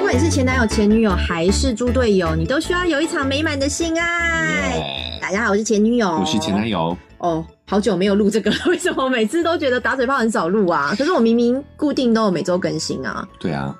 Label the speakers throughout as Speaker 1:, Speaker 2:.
Speaker 1: 管是前男友、前女友还是猪队友，你都需要有一场美满的性爱。
Speaker 2: 耶
Speaker 1: 大家好，我是前女友，
Speaker 2: 我是前男友，
Speaker 1: 哦，好久没有录这个了， 为什么我每次都觉得打嘴炮很少录啊？可是我明明固定都有每周更新啊，
Speaker 2: 对啊，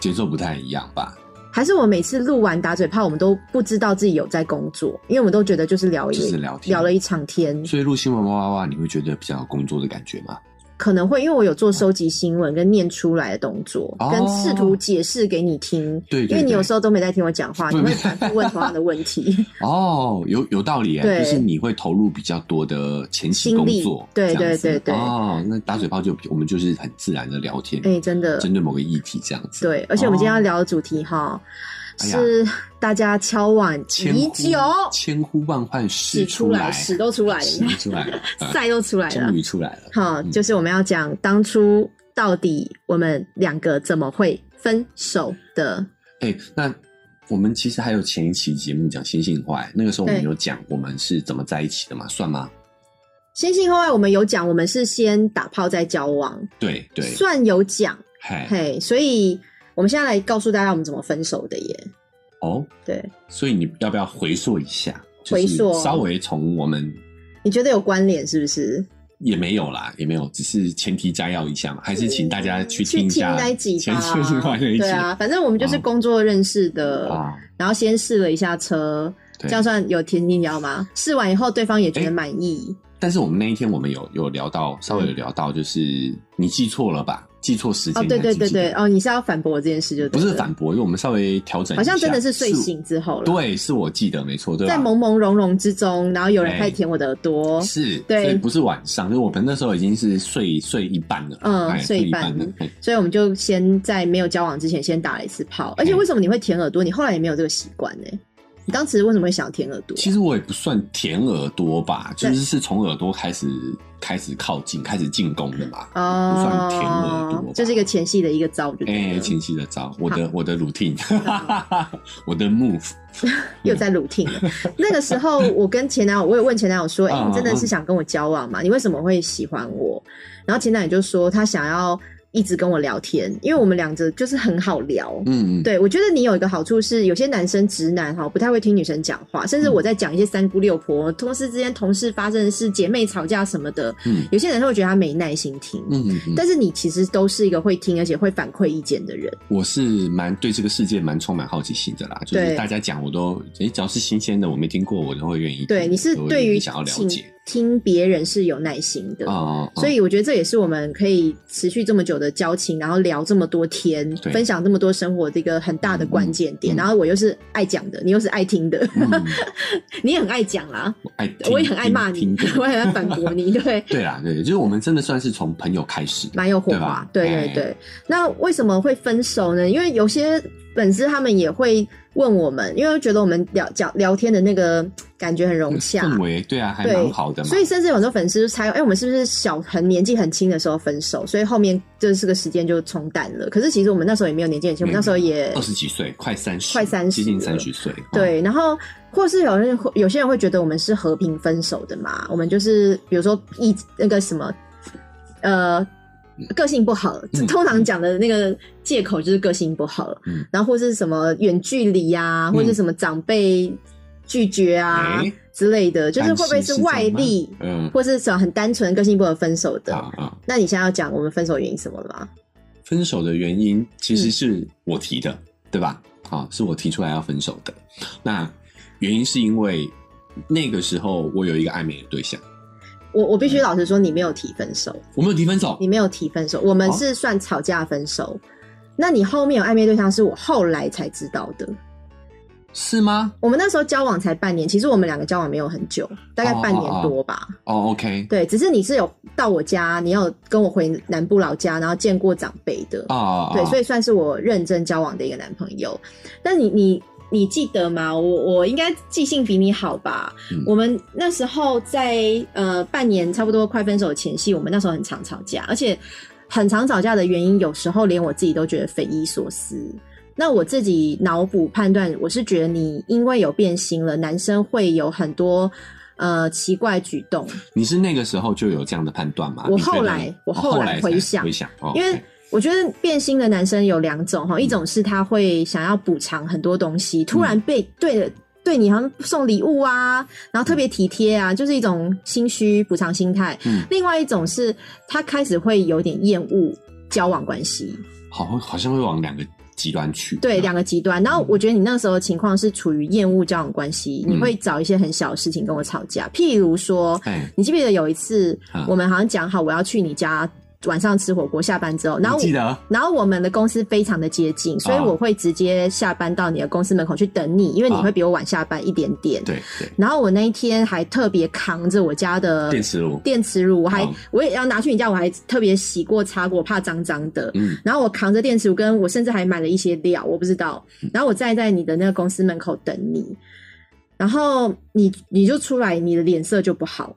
Speaker 2: 节奏不太一样吧？
Speaker 1: 还是我每次录完打嘴炮，我们都不知道自己有在工作，因为我们都觉得就是聊一
Speaker 2: 就是聊天
Speaker 1: 聊了一场天，
Speaker 2: 所以录新闻哇哇哇，你会觉得比较有工作的感觉吗？
Speaker 1: 可能会因为我有做收集新闻跟念出来的动作，
Speaker 2: 哦
Speaker 1: 跟试图解释给你听，
Speaker 2: 对对对
Speaker 1: 因为你有时候都没在听我讲话，
Speaker 2: 对
Speaker 1: 你会反复问同样的问题，
Speaker 2: 哦，有有道理哎，
Speaker 1: 对
Speaker 2: 就是你会投入比较多的前期工
Speaker 1: 精力
Speaker 2: 作，
Speaker 1: 对
Speaker 2: 这样子
Speaker 1: 对对对
Speaker 2: 哦，那打嘴炮就我们就是很自然的聊天，
Speaker 1: 哎、真的，
Speaker 2: 针对某个议题这样子，
Speaker 1: 对，而且我们今天要
Speaker 2: 哦
Speaker 1: 聊的主题哈，
Speaker 2: 哎呀
Speaker 1: 是大家敲碗
Speaker 2: 千
Speaker 1: 已
Speaker 2: 呼
Speaker 1: 久。
Speaker 2: 千呼万唤
Speaker 1: 屎
Speaker 2: 始
Speaker 1: 出来，
Speaker 2: 来，
Speaker 1: 屎都出来
Speaker 2: 屎
Speaker 1: 了，
Speaker 2: 出来了，呃
Speaker 1: 赛都出来了
Speaker 2: 终。于出来了，
Speaker 1: 好，
Speaker 2: 嗯
Speaker 1: 就是我们要讲当初到底我们两个怎么会分手的。
Speaker 2: 哎、那我们其实还有前一期节目讲心性坏，那个时候我们
Speaker 1: 对
Speaker 2: 有讲我们是怎么在一起的嘛，算吗？
Speaker 1: 先性后爱，我们有讲，我们是先打炮再交往，
Speaker 2: 对对，哎
Speaker 1: 算有讲，
Speaker 2: 嗨，
Speaker 1: 嘿，所以我们现在来告诉大家我们怎么分手的耶。
Speaker 2: 哦，
Speaker 1: 对，
Speaker 2: 所以你要不要回溯一下？就
Speaker 1: 回
Speaker 2: 是
Speaker 1: 溯
Speaker 2: 稍微从我们
Speaker 1: 你觉得有关联是不是？
Speaker 2: 也没有啦，也没有，只是前提摘要一下嘛，还是请大家去
Speaker 1: 去
Speaker 2: 一
Speaker 1: 听
Speaker 2: 下
Speaker 1: 那一集
Speaker 2: 前
Speaker 1: 吧
Speaker 2: 性坏那一集。
Speaker 1: 对啊，反正我们就是
Speaker 2: 哦
Speaker 1: 工作认识的，
Speaker 2: 哇，
Speaker 1: 然后先试了一下车，
Speaker 2: 对
Speaker 1: 这样算有甜蜜聊吗？试完以后，对方也觉得
Speaker 2: 哎
Speaker 1: 满意。
Speaker 2: 但是我们那一天我们有有聊到，稍微有聊到，就是你记错了吧？记错时间
Speaker 1: 嗯哦，
Speaker 2: 你还
Speaker 1: 对
Speaker 2: 记
Speaker 1: 对
Speaker 2: 不记得、
Speaker 1: 对对，哦，你是要反驳我这件事就对
Speaker 2: 不是
Speaker 1: 了
Speaker 2: 反驳，因为我们稍微调整一
Speaker 1: 好
Speaker 2: 下，
Speaker 1: 像真的是睡醒之后了。，
Speaker 2: 对，啊是我记得没错，对吧？
Speaker 1: 在朦朦胧胧之中，然后有人
Speaker 2: 哎
Speaker 1: 开始舔我的耳朵，
Speaker 2: 是，
Speaker 1: 对
Speaker 2: 所以不是晚上，就是我们那时候已经是睡睡一半了，
Speaker 1: 嗯
Speaker 2: 哎
Speaker 1: 睡
Speaker 2: 睡
Speaker 1: 一
Speaker 2: 一
Speaker 1: 半
Speaker 2: 了，哎
Speaker 1: 所以我们就先在没有交往之前先打了一次炮。而且为什么你会舔耳朵？你后来也没有这个习惯呢？你当时为什么会想舔耳朵？
Speaker 2: 其实我也不算舔耳朵吧，就
Speaker 1: 对
Speaker 2: 是是从耳朵开始开始靠近，开始进攻的嘛。不算舔耳朵
Speaker 1: 哦
Speaker 2: 吧，
Speaker 1: 就是一个前戏的一个招，就
Speaker 2: 哎、
Speaker 1: 对了
Speaker 2: 前期的招，我的我的 routine，我 的 move，
Speaker 1: 又在 routine 了。 那个时候，我跟前男友，我有问前男友 说：“哎、
Speaker 2: 嗯
Speaker 1: 你真的是想跟我交往吗？你为什么会喜欢我？”然后前男友就说他想要一直跟我聊天，因为我们两个就是很好聊。
Speaker 2: 嗯嗯，
Speaker 1: 对，我觉得你有一个好处是，有些男生直男哈不太会听女生讲
Speaker 2: 嗯
Speaker 1: 话，甚至我在讲一些三姑六婆、同事之间、同事发生的事、姐妹吵架什么的，
Speaker 2: 嗯
Speaker 1: 有些男生会觉得他没耐心听。
Speaker 2: 嗯嗯嗯，
Speaker 1: 但是你其实都是一个会听而且会反馈意见的人，
Speaker 2: 我是蛮对这个世界蛮充满好奇心的啦，就
Speaker 1: 对
Speaker 2: 是大家讲我都，哎、只要是新鲜的，我没听过，我都会愿意听。
Speaker 1: 对，你是
Speaker 2: 我会
Speaker 1: 对
Speaker 2: 愿
Speaker 1: 于
Speaker 2: 意想要了
Speaker 1: 请
Speaker 2: 解
Speaker 1: 听别人是有耐心的，
Speaker 2: 啊、
Speaker 1: 所
Speaker 2: 以
Speaker 1: 以我觉得这也是我们可以持续这么久的交情，然后聊这么多天，
Speaker 2: 对
Speaker 1: 分享这么多生活的一个很大的关键点。
Speaker 2: 嗯嗯
Speaker 1: 然后我又是爱讲的，你又是爱听的，
Speaker 2: 嗯
Speaker 1: 你也很爱讲啦，
Speaker 2: 爱听
Speaker 1: 我也很爱骂你
Speaker 2: 听听，
Speaker 1: 我也很爱反驳你， 对，
Speaker 2: 对啦，对，就是我们真的算是从朋友开始的，
Speaker 1: 蛮有火
Speaker 2: 对
Speaker 1: 花
Speaker 2: 吧。
Speaker 1: 对对
Speaker 2: 哎
Speaker 1: 对，那为什么会分手呢？因为有些粉丝他们也会问我们，因为觉得我们聊讲聊天的那个感觉很融洽，
Speaker 2: 氛围，对啊，还
Speaker 1: 对
Speaker 2: 蛮好的嘛。
Speaker 1: 所以甚至有时候粉丝猜，哎、我们是不是小很年纪很轻的时候分手，所以后面就是个时间就冲淡了。可是其实我们那时候也没有年纪很轻，我们那时候也
Speaker 2: 二十几岁，快三十，
Speaker 1: 快30
Speaker 2: 接近
Speaker 1: 了
Speaker 2: 三十岁。哦
Speaker 1: 对，然后或是有人会有些人会觉得我们是和平分手的嘛，我们就是比如说一那个什么，呃。个性不合，
Speaker 2: 嗯
Speaker 1: 通常讲的那个借口就是个性不合，
Speaker 2: 嗯
Speaker 1: 然后或是什么远距离呀、啊，或是什么长辈拒绝啊、
Speaker 2: 哎
Speaker 1: 之类的，就是会不会
Speaker 2: 但是
Speaker 1: 是
Speaker 2: 是这样
Speaker 1: 外
Speaker 2: 吗
Speaker 1: 力
Speaker 2: 嗯，
Speaker 1: 或是什么很单纯个性不合分手的。
Speaker 2: 啊啊，
Speaker 1: 那你现在要讲我们分手原因什么了吗？
Speaker 2: 分手的原因其
Speaker 1: 嗯
Speaker 2: 实是我提的，对吧？啊，是我提出来要分手的。那原因是因为那个时候我有一个暧昧的对象，
Speaker 1: 我我必
Speaker 2: 嗯
Speaker 1: 须老实说，你没有提分手，
Speaker 2: 我没有提分手
Speaker 1: 你。没有提分手，我们
Speaker 2: 哦
Speaker 1: 是算吵架分手。那你后面有暧昧对象是我后来才知道的。
Speaker 2: 是吗？
Speaker 1: 我们那时候交往才半年，其实我们两个交往没有很久，大概
Speaker 2: 哦
Speaker 1: 半年
Speaker 2: 哦哦
Speaker 1: 多吧。
Speaker 2: 哦，OK，
Speaker 1: 对，只是你是有到我家，你有跟我回南部老家，然后见过长辈的。
Speaker 2: 啊啊，啊
Speaker 1: 对，所以算是我认真交往的一个男朋友。那你你你记得吗？我我应该记性比你好吧？
Speaker 2: 嗯
Speaker 1: 我们那时候在呃半年差不多快分手的前夕，我们那时候很常吵架，而且很常吵架的原因，有时候连我自己都觉得匪夷所思。那我自己脑补判断，我是觉得你因为有变心了，男生会有很多呃奇怪举动，
Speaker 2: 你是那个时候就有这样的判断吗？
Speaker 1: 我
Speaker 2: 你觉得
Speaker 1: 后来我
Speaker 2: 哦
Speaker 1: 后来
Speaker 2: 后来才
Speaker 1: 回想
Speaker 2: 回想，哦
Speaker 1: 因为
Speaker 2: OK。
Speaker 1: 我觉得变心的男生有两种
Speaker 2: 嗯
Speaker 1: 哈，一种是他会想要补偿很多东西，突然
Speaker 2: 嗯
Speaker 1: 被对的对你好像送礼物啊，然后特别体贴啊，就是一种心虚补偿心态。
Speaker 2: 嗯
Speaker 1: 另外一种是他开始会有点厌恶交往关系，
Speaker 2: 好好像会往两个极端去。
Speaker 1: 对
Speaker 2: 啊
Speaker 1: 两个极端。然后我觉得你那时候的情况是处于厌恶交往关系，
Speaker 2: 嗯
Speaker 1: 你会找一些很小的事情跟我吵架，譬如说，
Speaker 2: 哎，
Speaker 1: 你记不记得有一次
Speaker 2: 啊
Speaker 1: 我们好像讲好我要去你家晚上吃火锅，下班之后，然后
Speaker 2: 我记
Speaker 1: 我
Speaker 2: 得啊
Speaker 1: 然后我们的公司非常的接近，所以我会直接下班到你的公司门口去等你，因为你
Speaker 2: 啊
Speaker 1: 会比我晚下班一点点。
Speaker 2: 对对，
Speaker 1: 然后我那一天还特别扛着我家的
Speaker 2: 电磁炉，
Speaker 1: 呃电磁炉，我还
Speaker 2: 啊
Speaker 1: 我也要拿去你家，我还特别洗过擦过，怕脏脏的。
Speaker 2: 嗯，
Speaker 1: 然后我扛着电池，我跟我甚至还买了一些料，我不知道。然后我站在你的那个公司门口等你，然后你你就出来，你的脸色就不好，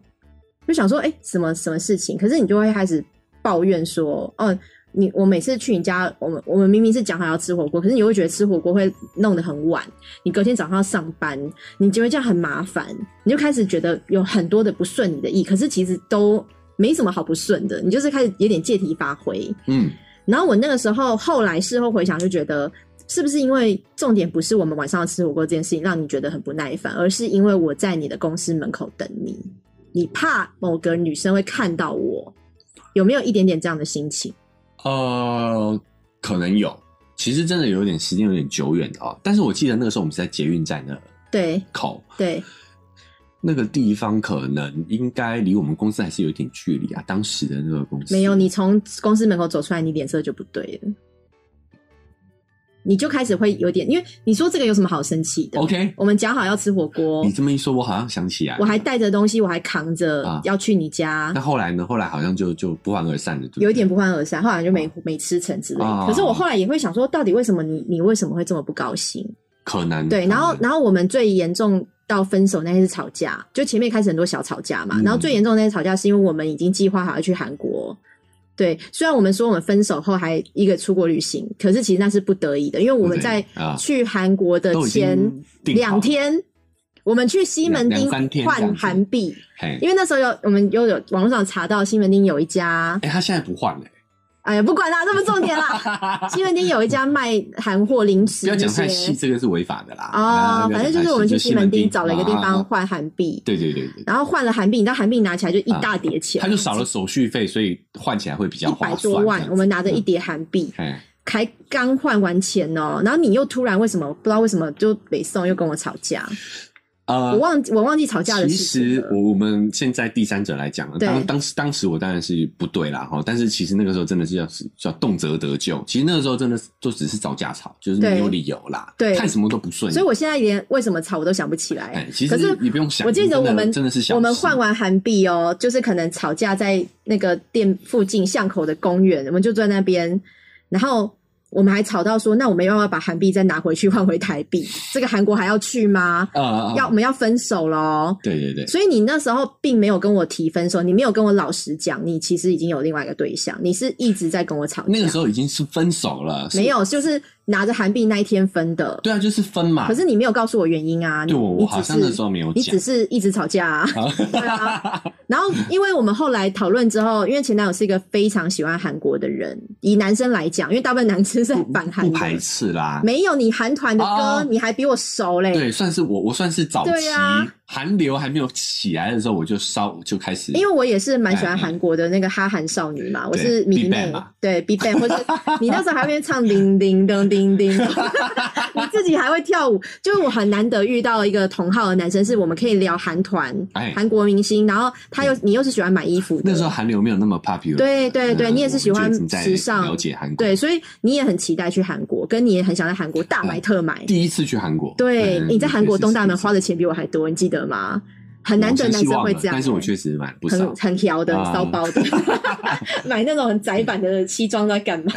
Speaker 1: 就想说，哎、什么什么事情？可是你就会开始抱怨说，哦，你我每次去你家，我们我们明明是讲好要吃火锅，可是你会觉得吃火锅会弄得很晚，你隔天早上要上班，你觉得这样很麻烦，你就开始觉得有很多的不顺你的意，可是其实都。没什么好不顺的，你就是开始有点借题发挥，
Speaker 2: 嗯，
Speaker 1: 然后我那个时候后来事后回想，就觉得是不是因为重点不是我们晚上要吃火锅这件事情让你觉得很不耐烦，而是因为我在你的公司门口等你，你怕某个女生会看到我，有没有一点点这样的心情？
Speaker 2: 呃，可能有，其实真的有点时间有点久远的啊。但是我记得那个时候我们是在捷运站的
Speaker 1: 对
Speaker 2: 口，
Speaker 1: 对，
Speaker 2: 那个地方可能应该离我们公司还是有一点距离啊。当时的那个公司
Speaker 1: 没有，你从公司门口走出来，你脸色就不对了。你就开始会有点，因为你说这个有什么好生气的
Speaker 2: OK。
Speaker 1: 我们讲好要吃火锅
Speaker 2: 哦你，这么一说，我好像想起来了。
Speaker 1: 我还带着东西，我还扛
Speaker 2: 啊
Speaker 1: 着要去你家，
Speaker 2: 那后来呢？后来好像就就不欢而散了，对不对哦
Speaker 1: 有一点不欢而散，后来就没没吃成之类的。
Speaker 2: 啊
Speaker 1: 可是我后来也会想说，到底为什么你你为什么会这么不高兴？
Speaker 2: 可能
Speaker 1: 对，然后
Speaker 2: 可能
Speaker 1: 然后我们最严重到分手那天是吵架，就前面开始很多小吵架嘛，
Speaker 2: 嗯
Speaker 1: 然后最严重的那次吵架是因为我们已经计划好要去韩国。对，虽然我们说我们分手后还一个出国旅行，可是其实那是不得已的，因为我们在
Speaker 2: 不得已啊
Speaker 1: 去韩国的
Speaker 2: 都已经
Speaker 1: 前
Speaker 2: 定好
Speaker 1: 两天，我们去西门
Speaker 2: 两
Speaker 1: 町
Speaker 2: 两三天这样
Speaker 1: 换
Speaker 2: 子
Speaker 1: 韩币，
Speaker 2: 嘿，
Speaker 1: 因为那时候有我们又有网络上查到西门町有一家
Speaker 2: 哎、他现在不换了、
Speaker 1: 哎呀，不管啦，这不重点 啦。
Speaker 2: 欸，
Speaker 1: 西门町有一家卖韩货零食
Speaker 2: 不要
Speaker 1: 那些，
Speaker 2: 讲太细，这个是违法的啦。
Speaker 1: 哦，反正就是我们去西门町找了一个地
Speaker 2: 啊
Speaker 1: 方换韩币，
Speaker 2: 对对对对，
Speaker 1: 然后换了韩币，你知道韩币拿起来就一大叠钱，
Speaker 2: 他就少了手续费，所以换起来会比较
Speaker 1: 一
Speaker 2: 划
Speaker 1: 百
Speaker 2: 算。
Speaker 1: 多万，我们拿着一
Speaker 2: 点，
Speaker 1: 叠韩币，
Speaker 2: 嗯哎，
Speaker 1: 才刚换完钱哦，然后你又突然为什么不知道为什么就北宋又跟我吵架，
Speaker 2: 呃
Speaker 1: 我忘记我忘记吵架的
Speaker 2: 其
Speaker 1: 事情
Speaker 2: 实
Speaker 1: 了。
Speaker 2: 我我们现在第三者来讲，
Speaker 1: 对
Speaker 2: 当当时当时我当然是不对啦哈，但是其实那个时候真的是要是叫动辄得咎，其实那个时候真的是就只是找架吵，就是
Speaker 1: 对
Speaker 2: 没有理由啦，
Speaker 1: 对
Speaker 2: 看什么都不顺眼。
Speaker 1: 所以我现在连为什么吵我都想不起来。
Speaker 2: 哎，其
Speaker 1: 可
Speaker 2: 实
Speaker 1: 是
Speaker 2: 你不用想，
Speaker 1: 我记得
Speaker 2: 真的
Speaker 1: 我们
Speaker 2: 真的是小
Speaker 1: 我们
Speaker 2: 事
Speaker 1: 换完韩币哦，就是可能吵架在那个店附近巷口的公园，我们就坐在那边，然后我们还吵到说，那我们要不要把韩币再拿回去换回台币？ 这个韩国还要去吗？
Speaker 2: 啊啊，啊
Speaker 1: 要我们要分手喽。
Speaker 2: 对对对，
Speaker 1: 所以你那时候并没有跟我提分手，你没有跟我老实讲，你其实已经有另外一个对象，你是一直在跟我吵架。
Speaker 2: 那个时候已经是分手了，是
Speaker 1: 没有，就是拿着韩币那一天分的。
Speaker 2: 对啊，就是分嘛。
Speaker 1: 可是你没有告诉我原因啊，你
Speaker 2: 对我
Speaker 1: 你
Speaker 2: 我好
Speaker 1: 只
Speaker 2: 像那
Speaker 1: 是
Speaker 2: 时候没有
Speaker 1: 你
Speaker 2: 讲
Speaker 1: 只，是一直吵架啊。 对啊，然后因为我们后来讨论之后，因为前男友是一个非常喜欢韩国的人，以男生来讲，因为大部分男生是很反韩
Speaker 2: 不
Speaker 1: 的，
Speaker 2: 排斥啦。
Speaker 1: 没有你韩团的歌，
Speaker 2: 哦
Speaker 1: 你还比我熟嘞。
Speaker 2: 对，算是我我算是早期
Speaker 1: 对啊
Speaker 2: 韩流还没有起来的时候，我就稍就开始，
Speaker 1: 因为我也是蛮喜欢
Speaker 2: 哎
Speaker 1: 韩国的那个哈韩少女嘛，我
Speaker 2: 对
Speaker 1: 是迷
Speaker 2: Big Bang
Speaker 1: 妹
Speaker 2: 嘛，
Speaker 1: 对 Big Bang，或者 你那时候还会唱叮叮咚叮叮 咚，你自己还会跳舞，就是我很难得遇到一个同号的男生，是我们可以聊韩团
Speaker 2: 哎、
Speaker 1: 韩国明星，然后他又你又是喜欢买衣服的，
Speaker 2: 那时候韩流没有那么 popular。
Speaker 1: 对对对
Speaker 2: 嗯
Speaker 1: 你也是喜欢
Speaker 2: 我们就已经在
Speaker 1: 时尚
Speaker 2: 了解韩国。
Speaker 1: 对，所以你也很期待去韩国，跟你也很想在韩国大
Speaker 2: 啊
Speaker 1: 买特买。
Speaker 2: 第一次去韩国，
Speaker 1: 对，
Speaker 2: 嗯
Speaker 1: 你在韩国东大门花
Speaker 2: 是
Speaker 1: 的钱比我还多，你记得吗？很难得
Speaker 2: 我真
Speaker 1: 男
Speaker 2: 希
Speaker 1: 生
Speaker 2: 望
Speaker 1: 会
Speaker 2: 了
Speaker 1: 这样欸，
Speaker 2: 但是我确实买不少
Speaker 1: 很。很调的
Speaker 2: 啊
Speaker 1: 骚包 的，买那种很窄版的西装在干嘛？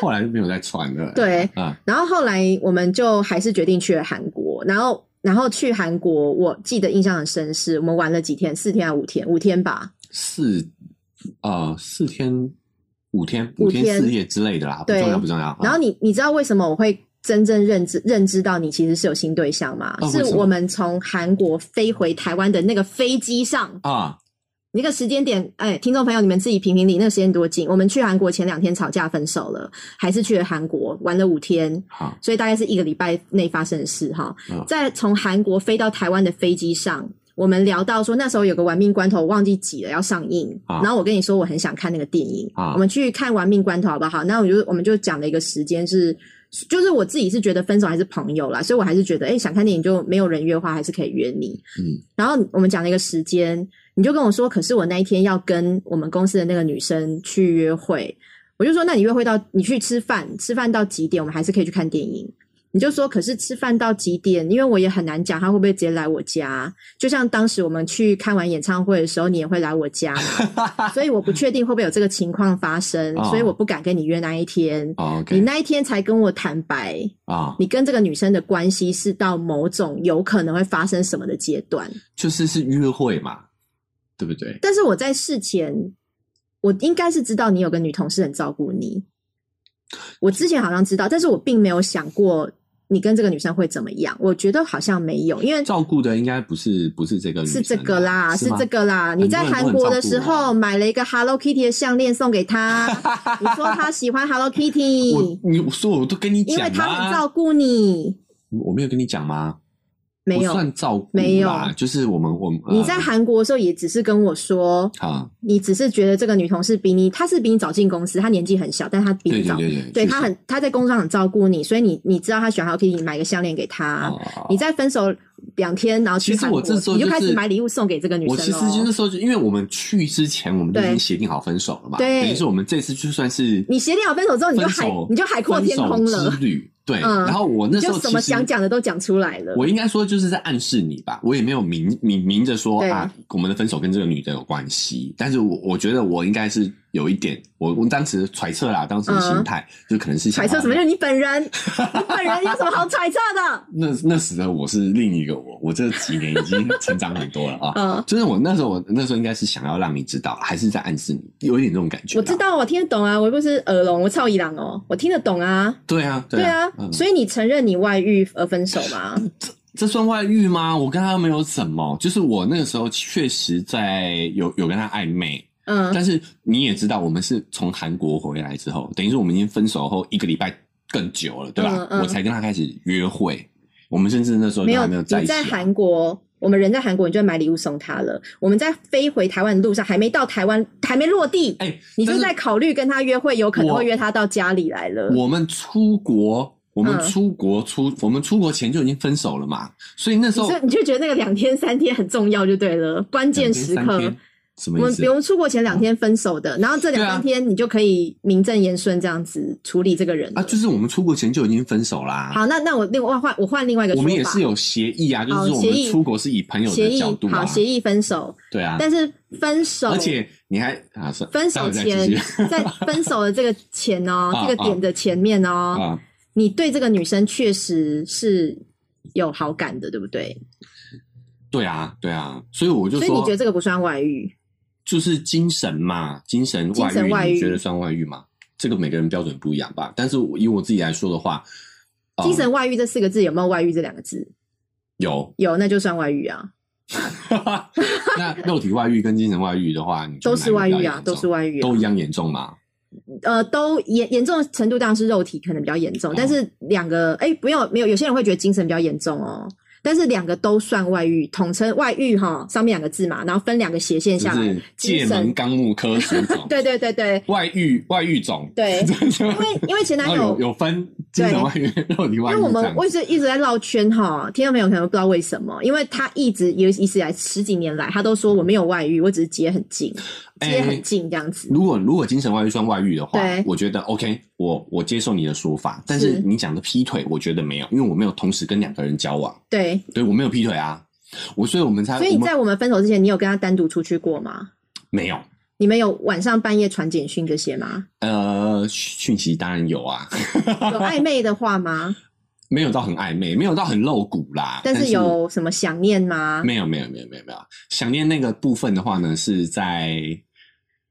Speaker 2: 后来就没有再穿了。
Speaker 1: 对，
Speaker 2: 啊，
Speaker 1: 然后后来我们就还是决定去了韩国，然后然后去韩国，我记得印象很深是，我们玩了几天，四天还五天，五天吧，
Speaker 2: 四呃四天五天
Speaker 1: 五
Speaker 2: 五天
Speaker 1: 天
Speaker 2: 四夜之类的啦，不
Speaker 1: 对
Speaker 2: 重要不重要。啊
Speaker 1: 然后你你知道为什么我会真正认知认知到你其实是有新对象吗？
Speaker 2: 啊为
Speaker 1: 是
Speaker 2: 什么
Speaker 1: 我们从韩国飞回台湾的那个飞机上，
Speaker 2: 啊，
Speaker 1: 那个时间点，哎，听众朋友，你们自己评评理，那个时间多近？我们去韩国前两天吵架分手了，还是去了韩国玩了五天，
Speaker 2: 好，
Speaker 1: 所以大概是一个礼拜内发生的事哈
Speaker 2: 嗯。
Speaker 1: 在从韩国飞到台湾的飞机上，我们聊到说那时候有个《玩命关头》我忘记挤了要上映，
Speaker 2: 啊
Speaker 1: 然后我跟你说我很想看那个电影，
Speaker 2: 啊
Speaker 1: 我们去看《玩命关头》好不好？那我就我们就讲了一个时间是。就是我自己是觉得分手还是朋友啦，所以我还是觉得，哎、想看电影就没有人约的话，还是可以约你。
Speaker 2: 嗯，
Speaker 1: 然后我们讲了一个时间，你就跟我说，可是我那一天要跟我们公司的那个女生去约会，我就说，那你约会到你去吃饭，吃饭到几点，我们还是可以去看电影。你就说，可是吃饭到几点？因为我也很难讲，她会不会直接来我家？就像当时我们去看完演唱会的时候，你也会来我家嘛，所以我不确定会不会有这个情况发生，
Speaker 2: 哦
Speaker 1: 所以我不敢跟你约那一天。
Speaker 2: 哦
Speaker 1: 你
Speaker 2: ，OK，
Speaker 1: 那一天才跟我坦白，
Speaker 2: 啊，
Speaker 1: 你跟这个女生的关系是到某种有可能会发生什么的阶段。
Speaker 2: 就是是约会嘛，对不对？
Speaker 1: 但是我在事前，我应该是知道你有个女同事很照顾你，我之前好像知道，但是我并没有想过你跟这个女生会怎么样。我觉得好像没有，因为
Speaker 2: 照顾的应该不是不是这个女生
Speaker 1: 是
Speaker 2: 啊，
Speaker 1: 这个啦，
Speaker 2: 是
Speaker 1: 是
Speaker 2: 吗
Speaker 1: 这。个啦。
Speaker 2: 很多
Speaker 1: 你在
Speaker 2: 人都
Speaker 1: 韩
Speaker 2: 很
Speaker 1: 国
Speaker 2: 照
Speaker 1: 的
Speaker 2: 顾
Speaker 1: 时
Speaker 2: 我啊
Speaker 1: 候买了一个 Hello Kitty 的项链送给她，你说她喜欢 Hello
Speaker 2: 我
Speaker 1: Kitty，
Speaker 2: 你我说我都跟你
Speaker 1: 因
Speaker 2: 讲啊
Speaker 1: 为她很
Speaker 2: 啦，
Speaker 1: 照顾你，
Speaker 2: 我没有跟你讲吗？
Speaker 1: 没
Speaker 2: 不
Speaker 1: 有。
Speaker 2: 算照顾啦，
Speaker 1: 没有
Speaker 2: 就是我们我呃们
Speaker 1: 你在韩国的时候也只是跟我说，
Speaker 2: 呃啊，
Speaker 1: 你只是觉得这个女同事比你，她是比你早进公司，她年纪很小，但她比
Speaker 2: 对
Speaker 1: 你
Speaker 2: 对
Speaker 1: 早
Speaker 2: 对对，
Speaker 1: 对
Speaker 2: 确实
Speaker 1: 他很他在工作上很照顾你，所以你你知道他喜欢 Hello Kitty，你买个项链给他。
Speaker 2: 哦
Speaker 1: 你在分手两天，然后去
Speaker 2: 其实
Speaker 1: 韩国，
Speaker 2: 我这时候
Speaker 1: 你就开
Speaker 2: 是
Speaker 1: 始买礼物送给这个女生
Speaker 2: 我其实
Speaker 1: 咯
Speaker 2: 就那时候就，因为我们去之前我们都已
Speaker 1: 对
Speaker 2: 经协定好分手了嘛，
Speaker 1: 对
Speaker 2: 等于是我们这次就算是
Speaker 1: 你协定好分手之后，你就
Speaker 2: 分
Speaker 1: 海
Speaker 2: 手
Speaker 1: 你就海阔天空
Speaker 2: 分手
Speaker 1: 了
Speaker 2: 之，旅对。
Speaker 1: 嗯
Speaker 2: 然后我那
Speaker 1: 你
Speaker 2: 时
Speaker 1: 就
Speaker 2: 候
Speaker 1: 什么
Speaker 2: 其实
Speaker 1: 想讲的都讲出来了。
Speaker 2: 我应该说就是在暗示你吧，我也没有明明明着说
Speaker 1: 对
Speaker 2: 啊，我们的分手跟这个女的有关系，但是我我觉得我应该是有一点，我我当时揣测啦，当时的心态、就可能是想
Speaker 1: 嗯揣测
Speaker 2: 要
Speaker 1: 什么？就是你本人，你本人有什么好揣测的？
Speaker 2: 那那时的我是另一个我，我这几年已经成长很多了 啊。
Speaker 1: 嗯，
Speaker 2: 就是我那时候，我那时候应该是想要让你知道，还是在暗示你，有一点这种感觉。
Speaker 1: 我知，道，我听得懂啊，我又不是耳聋，我操一郎哦，我听得懂啊，
Speaker 2: 对啊，
Speaker 1: 对
Speaker 2: 啊
Speaker 1: 啊，，
Speaker 2: 嗯
Speaker 1: 所以你承认你外遇而分手 吗？
Speaker 2: 这算外遇吗？我跟他没有什么，就是我那个时候确实在有有跟他暧昧，
Speaker 1: 嗯，
Speaker 2: 但是你也知道，我们是从韩国回来之后，等于是我们已经分手后一个礼拜更久了，对吧？
Speaker 1: 嗯嗯
Speaker 2: 我才跟他开始约会，我们甚至那时候
Speaker 1: 没
Speaker 2: 都
Speaker 1: 有，
Speaker 2: 还没有在
Speaker 1: 你
Speaker 2: 一起、
Speaker 1: 在
Speaker 2: 啊。
Speaker 1: 韩国，我们人在韩国，你就会买礼物送他了。我们在飞回台湾的路上，还没到台湾，还没落地，
Speaker 2: 哎，
Speaker 1: 你就
Speaker 2: 但是
Speaker 1: 在考虑跟他约会，有可能
Speaker 2: 我
Speaker 1: 会约他到家里来了。
Speaker 2: 我们出国，我们
Speaker 1: 嗯
Speaker 2: 出国出，我们出国前就已经分手了嘛，所以那时候
Speaker 1: 所以你就觉得那个两天三天很重要，就对了，关键
Speaker 2: 两天
Speaker 1: 时
Speaker 2: 三
Speaker 1: 刻
Speaker 2: 天。什
Speaker 1: 我
Speaker 2: 么意
Speaker 1: 们
Speaker 2: 思
Speaker 1: 比？如出国前两天分手的，然后这两
Speaker 2: 对啊
Speaker 1: 三天你就可以名正言顺这样子处理这个人了
Speaker 2: 啊，就是我们出国前就已经分手啦、
Speaker 1: 好，那那我另外换我换另外一个
Speaker 2: 我
Speaker 1: 说法，
Speaker 2: 们也是有协议啊，就是
Speaker 1: 好
Speaker 2: 说我
Speaker 1: 协
Speaker 2: 们
Speaker 1: 议
Speaker 2: 出国是以朋友
Speaker 1: 协
Speaker 2: 的
Speaker 1: 议
Speaker 2: 角度啊
Speaker 1: 好，协议分手，
Speaker 2: 对啊，
Speaker 1: 但是分手
Speaker 2: 而且你还啊，算
Speaker 1: 分
Speaker 2: 待
Speaker 1: 手
Speaker 2: 会再继
Speaker 1: 前
Speaker 2: 续，
Speaker 1: 在分手的这个前哦
Speaker 2: 啊，
Speaker 1: 这个点的前面哦，
Speaker 2: 啊，
Speaker 1: 你对这个女生确实是有好感的，对不对？
Speaker 2: 对啊，对啊，所以我就
Speaker 1: 所以你
Speaker 2: 说
Speaker 1: 觉得，这个不算外遇？
Speaker 2: 就是精神嘛，精神
Speaker 1: 精
Speaker 2: 外
Speaker 1: 神
Speaker 2: 遇，
Speaker 1: 外
Speaker 2: 你
Speaker 1: 遇
Speaker 2: 觉得算外遇吗？这个每个人标准不一样吧，但是我以我自己来说的话，呃
Speaker 1: 精神外遇这四个字有没有外遇这两个字？，
Speaker 2: 有
Speaker 1: 有，那就算外遇啊，
Speaker 2: 那肉体外遇跟精神外遇的话，你觉
Speaker 1: 都
Speaker 2: 得哪
Speaker 1: 是
Speaker 2: 一个
Speaker 1: 外
Speaker 2: 比
Speaker 1: 遇
Speaker 2: 较
Speaker 1: 啊
Speaker 2: 严，
Speaker 1: 都
Speaker 2: 重
Speaker 1: 是外遇啊、
Speaker 2: 都一样严重嘛？
Speaker 1: 呃，都严严重程度当然是肉体可能比较严重，但
Speaker 2: 哦
Speaker 1: 是两个哎、不用没有，有些人会觉得精神比较严重哦。但是两个都算外遇，统称外遇哈，上面两个字嘛，然后分两个斜线
Speaker 2: 就
Speaker 1: 下来，
Speaker 2: 是
Speaker 1: 精
Speaker 2: 界
Speaker 1: 神，
Speaker 2: 门纲目科属种
Speaker 1: 对对对对，
Speaker 2: 外遇外遇种，
Speaker 1: 对
Speaker 2: 因
Speaker 1: 因为因为前男
Speaker 2: 然后
Speaker 1: 友
Speaker 2: 有有分精神外遇、肉体
Speaker 1: 因为
Speaker 2: 外遇这样子，
Speaker 1: 我们我一直一直在绕圈哈，听众朋友可能不知道为什么，因为他一直有一直以来十几年来，他都说我没有外遇，我只是接很近，接
Speaker 2: 哎
Speaker 1: 很近这样子。
Speaker 2: 如果如果精神外遇算外遇的话
Speaker 1: 对，
Speaker 2: 我觉得 OK，我我接受你的说法，但是
Speaker 1: 是
Speaker 2: 你讲的劈腿，我觉得没有，因为我没有同时跟两个人交往，
Speaker 1: 对，
Speaker 2: 对我没有劈腿啊，我所以我们才
Speaker 1: 所以
Speaker 2: 我
Speaker 1: 你
Speaker 2: 们
Speaker 1: 在我们分手之前，你有跟他单独出去过吗？
Speaker 2: 没有。
Speaker 1: 你们有晚上半夜传简讯这些 吗？
Speaker 2: 呃，讯息当然有啊，
Speaker 1: 有暧昧的话吗？
Speaker 2: 没有到很暧昧，没有到很露骨啦，
Speaker 1: 但
Speaker 2: 但
Speaker 1: 是有什么想念吗？
Speaker 2: 没有没有没有没有没有想念那个部分的话呢，是在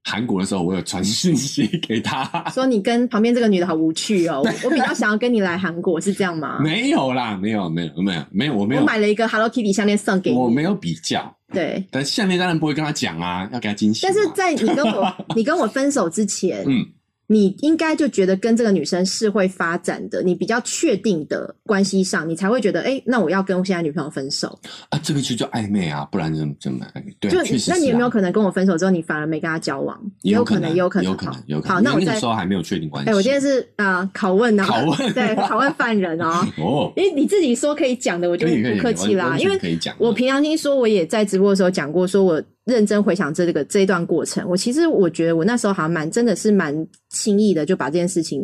Speaker 2: 韩国的时候，我有传 讯息给他，
Speaker 1: 说你跟旁边这个女的好无趣哦，我我比较想要跟你来韩国，是这样吗？
Speaker 2: 没有啦，没有没有没有没有，我没
Speaker 1: 我
Speaker 2: 有
Speaker 1: 买了一个 Hello Kitty 项链送给你，
Speaker 2: 我没有比较，
Speaker 1: 对。
Speaker 2: 但下面当然不会跟他讲啊，要给他惊喜嘛。
Speaker 1: 但是在你跟我 你跟我分手之前，
Speaker 2: 嗯，
Speaker 1: 你应该就觉得跟这个女生是会发展的，你比较确定的关系上，你才会觉得，哎、那我要跟现在女朋友分手。
Speaker 2: 啊，这个就叫暧昧啊，不然怎么怎么暧昧？对啊，
Speaker 1: 就
Speaker 2: 确实、啊。
Speaker 1: 那你有没有可能跟我分手之后，你反而没跟她交往？
Speaker 2: 也有
Speaker 1: 可
Speaker 2: 能，
Speaker 1: 也有
Speaker 2: 可
Speaker 1: 可能，
Speaker 2: 有可能，有可能。
Speaker 1: 好，那我
Speaker 2: 因为那
Speaker 1: 再
Speaker 2: 个时，候还没有确定关系。
Speaker 1: 哎、我今天是啊、呃拷问啊，
Speaker 2: 拷问
Speaker 1: 对，拷问犯人 哦。
Speaker 2: 哦，
Speaker 1: 因为你自己说可以讲的，我就
Speaker 2: 可以可以
Speaker 1: 不客气
Speaker 2: 完
Speaker 1: 啦。
Speaker 2: 完全
Speaker 1: 因为
Speaker 2: 可以讲的
Speaker 1: 我平常心说，我也在直播的时候讲过，说我认真回想这个这一段过程，我其实我觉得我那时候好像蛮真的是蛮轻易的就把这件事情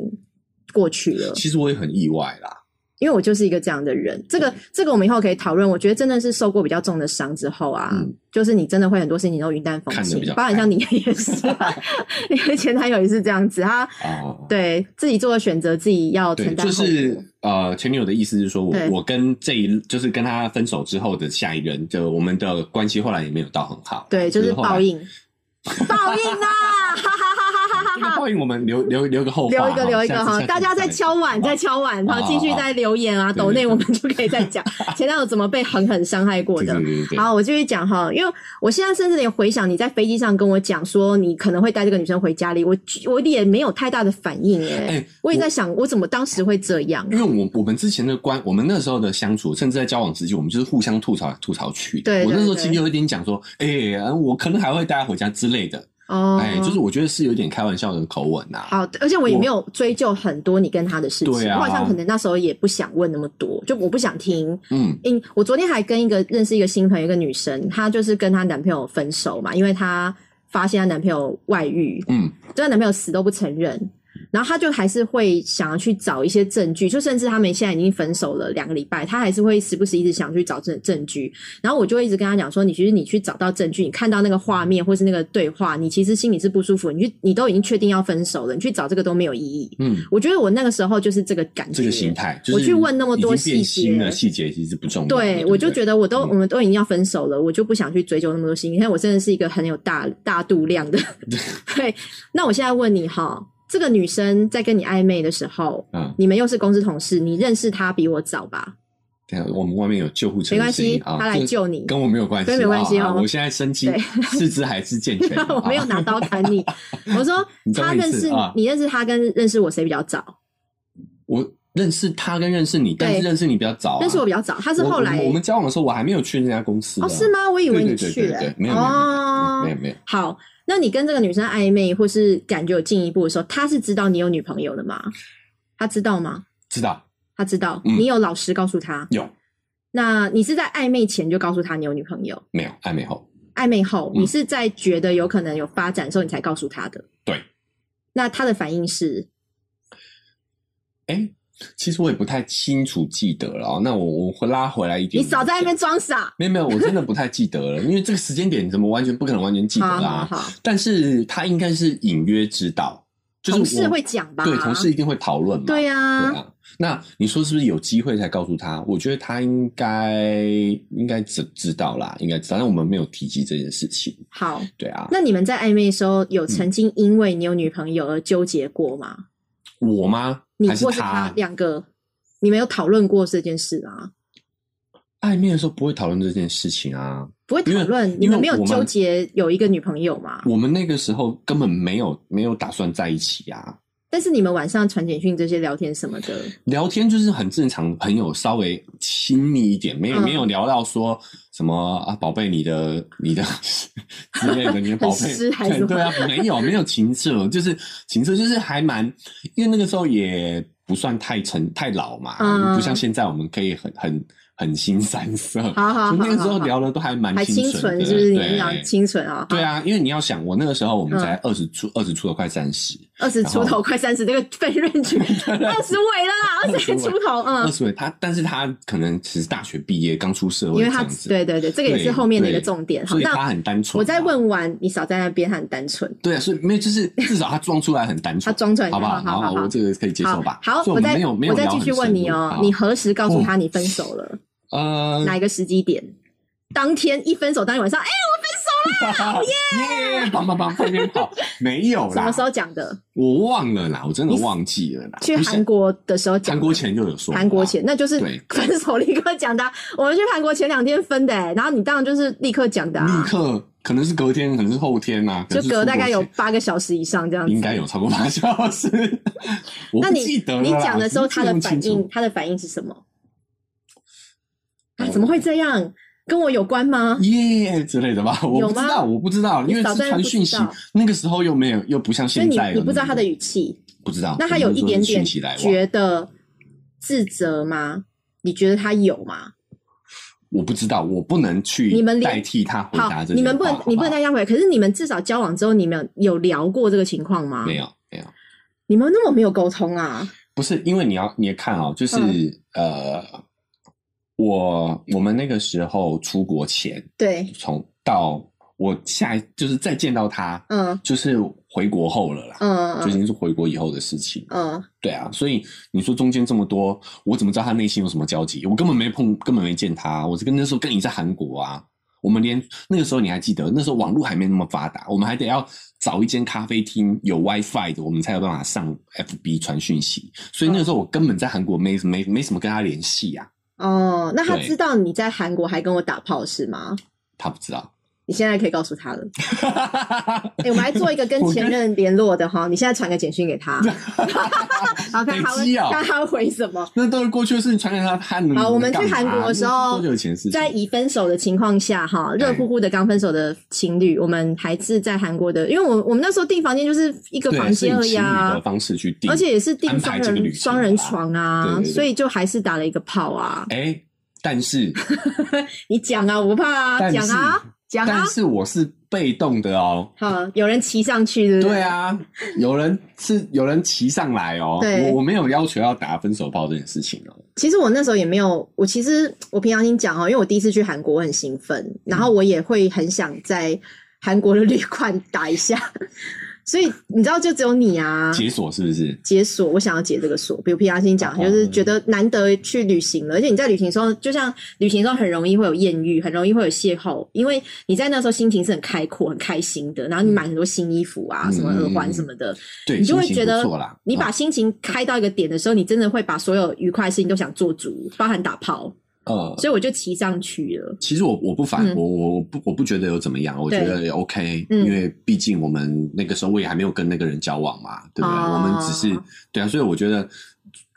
Speaker 1: 过去了。
Speaker 2: 其实我也很意外啦。
Speaker 1: 因为我就是一个这样的人。这个这个我们以后可以讨论。我觉得真的是受过比较重的伤之后啊，
Speaker 2: 嗯
Speaker 1: 就是你真的会很多事情都云淡风
Speaker 2: 看得
Speaker 1: 轻
Speaker 2: 比较，
Speaker 1: 包含
Speaker 2: 开
Speaker 1: 像你也 是啊，你的前男友也是这样子，他
Speaker 2: 啊，
Speaker 1: 对自己做的选择自己要
Speaker 2: 对，
Speaker 1: 承担
Speaker 2: 就
Speaker 1: 后果。
Speaker 2: 是呃，前女友的意思是说我
Speaker 1: 对
Speaker 2: 我跟这一就是跟他分手之后的下一任，就我们的关系后来也没有到很好。
Speaker 1: 对，就是
Speaker 2: 后来
Speaker 1: 报。 应，报应啊！哈哈哈哈
Speaker 2: 这个
Speaker 1: 哈哈！
Speaker 2: 报应我们留留留个后话
Speaker 1: 留一个，
Speaker 2: 哈
Speaker 1: 留一个
Speaker 2: 下次
Speaker 1: 哈，
Speaker 2: 下次
Speaker 1: 大家再敲碗，
Speaker 2: 好
Speaker 1: 再敲碗，然后继续
Speaker 2: 好好好
Speaker 1: 再留言啊，
Speaker 2: 对对
Speaker 1: 抖内
Speaker 2: 对
Speaker 1: 我们就可以再讲 前男友怎么被狠狠伤害过
Speaker 2: 对
Speaker 1: 的
Speaker 2: 对。对对，
Speaker 1: 好，我继续讲哈，因为我现在甚至连回想你在飞机上跟我讲说你可能会带这个女生回家里，我我也没有太大的反应哎、
Speaker 2: 哎
Speaker 1: 我也
Speaker 2: 我
Speaker 1: 在想我怎么当时会这样
Speaker 2: 因。为我我们之前的关，我们那时候的相处，甚至在交往时期，我们就是互相吐槽来吐槽去的。
Speaker 1: 对对
Speaker 2: 我那时候
Speaker 1: 对
Speaker 2: 其实有一点讲说，哎、啊我可能还会带她回家之类的，
Speaker 1: 哦，
Speaker 2: 哎、就是我觉得是有点开玩笑的口吻呐、啊。
Speaker 1: 好，而且我也
Speaker 2: 我
Speaker 1: 没有追究很多你跟他的事
Speaker 2: 对
Speaker 1: 情，
Speaker 2: 啊
Speaker 1: 我好像可能那时候也不想问那么多，就我不想听。
Speaker 2: 嗯，
Speaker 1: 因我昨天还跟一个认识一个新朋友，一个女生，她就是跟她男朋友分手嘛，因为她发现她男朋友外遇，
Speaker 2: 嗯，
Speaker 1: 就她男朋友死都不承认，然后她就还是会想要去找一些证据，就甚至他们现在已经分手了两个礼拜，她还是会时不时一直想去找证证据，然后我就会一直跟她讲说，你其实你去找到证据，你看到那个画面或是那个对话，你其实心里是不舒服，你去你都已经确定要分手了，你去找这个都没有意义。
Speaker 2: 嗯，
Speaker 1: 我觉得我那个时候就是这个感觉，
Speaker 2: 这个心态，就
Speaker 1: 我
Speaker 2: 是
Speaker 1: 去问那么多
Speaker 2: 已经变
Speaker 1: 细
Speaker 2: 心
Speaker 1: 节
Speaker 2: 了，细节其实不重要。
Speaker 1: 对，
Speaker 2: 对，
Speaker 1: 我就觉
Speaker 2: 得
Speaker 1: 得我都
Speaker 2: 嗯
Speaker 1: 我们都已经要分手了，我就不想去追究那么多心。你看，我真的是一个很有大大度量 的。对，那我现在问你哈，这个女生在跟你暧昧的时候，
Speaker 2: 嗯，
Speaker 1: 你们又是公司同事，你认识她比我早吧？
Speaker 2: 等一下啊我们外面有救护车
Speaker 1: 没
Speaker 2: 的
Speaker 1: 关
Speaker 2: 声音，
Speaker 1: 系，
Speaker 2: 啊，
Speaker 1: 她来
Speaker 2: 这个
Speaker 1: 救你。
Speaker 2: 跟我没有关系，
Speaker 1: 跟没关系
Speaker 2: 啊
Speaker 1: 哦
Speaker 2: 我现在身体
Speaker 1: 对，
Speaker 2: 四肢还是健全的
Speaker 1: 我 没有
Speaker 2: 啊
Speaker 1: 拿刀砍你，我说
Speaker 2: 你再
Speaker 1: 她
Speaker 2: 问一
Speaker 1: 认
Speaker 2: 次
Speaker 1: 识
Speaker 2: 啊
Speaker 1: 你认识她跟认识我谁比较早？
Speaker 2: 我认识他跟认识你，但是
Speaker 1: 对
Speaker 2: 认识你比较早啊，
Speaker 1: 认识我比较早，她是
Speaker 2: 我
Speaker 1: 后来
Speaker 2: 我我们交往的时候，我还没有去那家公司啊
Speaker 1: 哦是？吗？我以为
Speaker 2: 对
Speaker 1: 你
Speaker 2: 对对
Speaker 1: 去
Speaker 2: 对
Speaker 1: 了
Speaker 2: 对，没有没有没有
Speaker 1: 哦
Speaker 2: 没有没有，
Speaker 1: 好，那你跟这个女生暧昧或是感觉有进一步的时候，她是知道你有女朋友的吗？她知道吗？
Speaker 2: 知道
Speaker 1: 她知道，
Speaker 2: 嗯
Speaker 1: 你有老实告诉她。
Speaker 2: 有
Speaker 1: 那你是在暧昧前就告诉她你有女朋友，
Speaker 2: 没有暧昧后？
Speaker 1: 暧昧后
Speaker 2: 嗯
Speaker 1: 你是在觉得有可能有发展的时候你才告诉她的。
Speaker 2: 对。
Speaker 1: 那她的反应是，
Speaker 2: 哎，其实我也不太清楚记得了哦。那我我会拉回来一点，
Speaker 1: 你少在那边。装傻。
Speaker 2: 没有没有，我真的不太记 得了，因为这个时间点怎么完全不可能完全记得
Speaker 1: 好好
Speaker 2: 啊。
Speaker 1: 好，
Speaker 2: 但是他应该是隐约知道，就是
Speaker 1: 同事
Speaker 2: 我
Speaker 1: 会讲吧？
Speaker 2: 对同事一定会讨论嘛。
Speaker 1: 对呀、
Speaker 2: 对啊，那你说是不是有机会才告诉他？我觉得他应该应该知知道啦，应该知道，但我们没有提及这件事情。
Speaker 1: 好，
Speaker 2: 对啊，
Speaker 1: 那你们在暧昧的时候
Speaker 2: 嗯
Speaker 1: 有曾经因为你有女朋友而纠结过吗？
Speaker 2: 我吗？
Speaker 1: 你
Speaker 2: 还是
Speaker 1: 或是他两个，你们有讨论过这件事啊？
Speaker 2: 暧昧的时候不会讨论这件事情啊。
Speaker 1: 不会讨论，你
Speaker 2: 因为
Speaker 1: 们没有
Speaker 2: 我们
Speaker 1: 纠结有一个女朋友嘛？
Speaker 2: 我们那个时候根本没有没有打算在一起啊，
Speaker 1: 但是你们晚上传简讯这些聊天什么的，
Speaker 2: 聊天就是很正常，朋友稍微亲密一点，没有、
Speaker 1: 嗯
Speaker 2: 没有聊到说什么啊，宝贝，你的 你的之类的，你的宝
Speaker 1: 很
Speaker 2: 贝
Speaker 1: 湿，还是
Speaker 2: 对对啊，没有没有情色，就是情色就是还蛮，因为那个时候也不算太成太老嘛，
Speaker 1: 嗯
Speaker 2: 不像现在我们可以很很很新三色，
Speaker 1: 好好好
Speaker 2: 就那个时
Speaker 1: 好
Speaker 2: 候
Speaker 1: 好
Speaker 2: 聊的都还蛮
Speaker 1: 还清
Speaker 2: 纯
Speaker 1: 纯
Speaker 2: 的，
Speaker 1: 是不是？你
Speaker 2: 对
Speaker 1: 们讲清嗯纯啊？
Speaker 2: 对
Speaker 1: 啊，
Speaker 2: 啊，因为你要想，我那个时候我们才二十出二十出头，快 三十，
Speaker 1: 二十出头快三十，这个 分润区二十尾了啦，二十
Speaker 2: 20尾
Speaker 1: 出头，
Speaker 2: 二
Speaker 1: 嗯，
Speaker 2: 十岁，他但是他可能其实大学毕业刚出社会，
Speaker 1: 因为
Speaker 2: 这
Speaker 1: 他
Speaker 2: 样子，
Speaker 1: 对对对，这个也是
Speaker 2: 对
Speaker 1: 后面的一个
Speaker 2: 对
Speaker 1: 重点。好，
Speaker 2: 所以他
Speaker 1: 那
Speaker 2: 很单纯。
Speaker 1: 我再，问完，你少在那边，他很单纯，
Speaker 2: 对啊，所以没有，就是至少他装出来很单
Speaker 1: 他装
Speaker 2: 纯，
Speaker 1: 出来，
Speaker 2: 好不
Speaker 1: 好好
Speaker 2: 好？好，我这个可以接受吧。
Speaker 1: 好，
Speaker 2: 所以
Speaker 1: 我
Speaker 2: 我们
Speaker 1: 再
Speaker 2: 没有没有
Speaker 1: 我再
Speaker 2: 聊
Speaker 1: 继
Speaker 2: 很
Speaker 1: 续问
Speaker 2: 深
Speaker 1: 你
Speaker 2: 入
Speaker 1: 哦
Speaker 2: 好，
Speaker 1: 你何时告诉
Speaker 2: 哦
Speaker 1: 他你分手了？
Speaker 2: 呃，
Speaker 1: 哪一个时机点？当天一分手，当天晚上，哎、
Speaker 2: 好 耶！棒棒棒，快点跑！没有啦，
Speaker 1: 什么时候讲的？
Speaker 2: 我忘了啦，我真的忘记了啦。
Speaker 1: 去
Speaker 2: 不是
Speaker 1: 韩国的时候讲
Speaker 2: 韩
Speaker 1: 的，
Speaker 2: 国前就有说，啊
Speaker 1: 韩国前，那就是
Speaker 2: 对
Speaker 1: 分手立刻讲的啊、我们去韩国前两天分的、欸，然后你当然就是立刻讲的
Speaker 2: 立
Speaker 1: 啊，
Speaker 2: 刻可能是隔天，可能是后天呐、啊，
Speaker 1: 就
Speaker 2: 可能是
Speaker 1: 隔大概有
Speaker 2: 出国
Speaker 1: 八个小时以上这样
Speaker 2: 前
Speaker 1: 子。
Speaker 2: 应该有超过八小时。 我
Speaker 1: 那
Speaker 2: 不
Speaker 1: 你
Speaker 2: 记得了啦
Speaker 1: 你讲的时候，他的反，
Speaker 2: 记不清
Speaker 1: 应，
Speaker 2: 楚
Speaker 1: 他的反应是什么？啊，
Speaker 2: 哦
Speaker 1: 怎么会这样？跟我有关 吗？
Speaker 2: 耶之类的吧？我不知道，我不知道，因为
Speaker 1: 你早
Speaker 2: 是
Speaker 1: 当然
Speaker 2: 传
Speaker 1: 不知道
Speaker 2: 讯息，那个时候又没有，又不像
Speaker 1: 所以
Speaker 2: 现
Speaker 1: 你
Speaker 2: 在有那个，
Speaker 1: 你不知道他的语气，
Speaker 2: 不知道。
Speaker 1: 那他有一点点
Speaker 2: 可能就是讯息来往
Speaker 1: 觉得自责吗？你觉得他有吗？
Speaker 2: 我不知道，我不能去
Speaker 1: 你们连
Speaker 2: 代替他回
Speaker 1: 好
Speaker 2: 答，这
Speaker 1: 你
Speaker 2: 句
Speaker 1: 们不能
Speaker 2: 话，
Speaker 1: 你不能
Speaker 2: 好
Speaker 1: 再样回来。可是你们至少交往之后，你们有聊过这个情况吗？
Speaker 2: 好没，有没有，
Speaker 1: 你们那么没有沟通啊？
Speaker 2: 不是因为你要你也看哦，就是、
Speaker 1: 嗯
Speaker 2: 呃，我我们那个时候出国前，
Speaker 1: 对，
Speaker 2: 从到我下一就是再见到他，
Speaker 1: 嗯
Speaker 2: 就是回国后了啦，
Speaker 1: 嗯
Speaker 2: 就已
Speaker 1: 嗯
Speaker 2: 经是回国以后的事情。
Speaker 1: 嗯，
Speaker 2: 对啊，所以你说中间这么多，我怎么知道他内心有什么交集？我根本没碰，根本没见他。啊我是跟那时候跟你在韩国啊，我们连那个时候你还记得，那时候网络还没那么发达，我们还得要找一间咖啡厅有 WiFi 的，我们才有办法上 FB 传讯息。所以那个时候我根本在韩国没没没什么跟他联系啊，
Speaker 1: 哦，那他
Speaker 2: 对
Speaker 1: 知道你在韩国还跟我打炮是吗？
Speaker 2: 他不知道。
Speaker 1: 你现在可以告诉他了。哎、我们来做一个跟前任联络的哈，你现在传个简讯给 他，好看他
Speaker 2: 累
Speaker 1: 会
Speaker 2: 积啊
Speaker 1: 看他会回什么。
Speaker 2: 那都是过去的事情，传给他，他能
Speaker 1: 好我们
Speaker 2: 能干嘛
Speaker 1: 去韩国的时候
Speaker 2: 多久以前的事情？
Speaker 1: 在已分手的情况下，
Speaker 2: 哎
Speaker 1: 哈，热乎乎的刚分手的情侣，我们还是在韩国的，因为我我们那时候订房间就是一个
Speaker 2: 对
Speaker 1: 房间而
Speaker 2: 是以
Speaker 1: 已
Speaker 2: 情侣
Speaker 1: 啊
Speaker 2: 的，方式去定，
Speaker 1: 而且也是订
Speaker 2: 安
Speaker 1: 双
Speaker 2: 排这个旅
Speaker 1: 人
Speaker 2: 程
Speaker 1: 双人
Speaker 2: 吧
Speaker 1: 床啊，
Speaker 2: 对对对
Speaker 1: 所以就还是打了一个炮啊。
Speaker 2: 哎、但是
Speaker 1: 你讲啊，我不怕啊，
Speaker 2: 但是
Speaker 1: 讲啊，讲啊
Speaker 2: 但，是我是被动的哦。
Speaker 1: 好，有人骑上去是不是
Speaker 2: 对，啊，有人是有人骑上来哦，
Speaker 1: 对
Speaker 2: 我我没有要求要打分手炮这件事情哦。
Speaker 1: 其实我那时候也没有，我其实我平常心讲哦，因为我第一次去韩国，我很兴
Speaker 2: 嗯
Speaker 1: 奋，然后我也会很想在韩国的旅馆打一下，所以你知道，就只有你啊。
Speaker 2: 解锁是不是？
Speaker 1: 解锁，我想要解这个锁。比如平常心讲，
Speaker 2: 哦
Speaker 1: 就是觉得难得去旅行了，而且你在旅行的时候，就像旅行的时候很容易会有艳遇，很容易会有邂逅，因为你在那时候心情是很开阔、很开心的，然后你买很多新衣服啊，
Speaker 2: 嗯
Speaker 1: 什么耳环什么的，
Speaker 2: 对，
Speaker 1: 你就会
Speaker 2: 心情
Speaker 1: 觉得
Speaker 2: 不错啦。
Speaker 1: 你把
Speaker 2: 啊
Speaker 1: 心情开到一个点的时候，你真的会把所有愉快的事情都想做足，包含打炮。
Speaker 2: 呃，
Speaker 1: 所以我就骑上去了。
Speaker 2: 其实我我不反
Speaker 1: 嗯
Speaker 2: 我我我不我不觉得有怎么样，我觉
Speaker 1: 对
Speaker 2: 得也 OK，
Speaker 1: 嗯
Speaker 2: 因为毕竟我们那个时候我也还没有跟那个人交往嘛，对不对？
Speaker 1: 哦
Speaker 2: 我们只是对啊，所以我觉得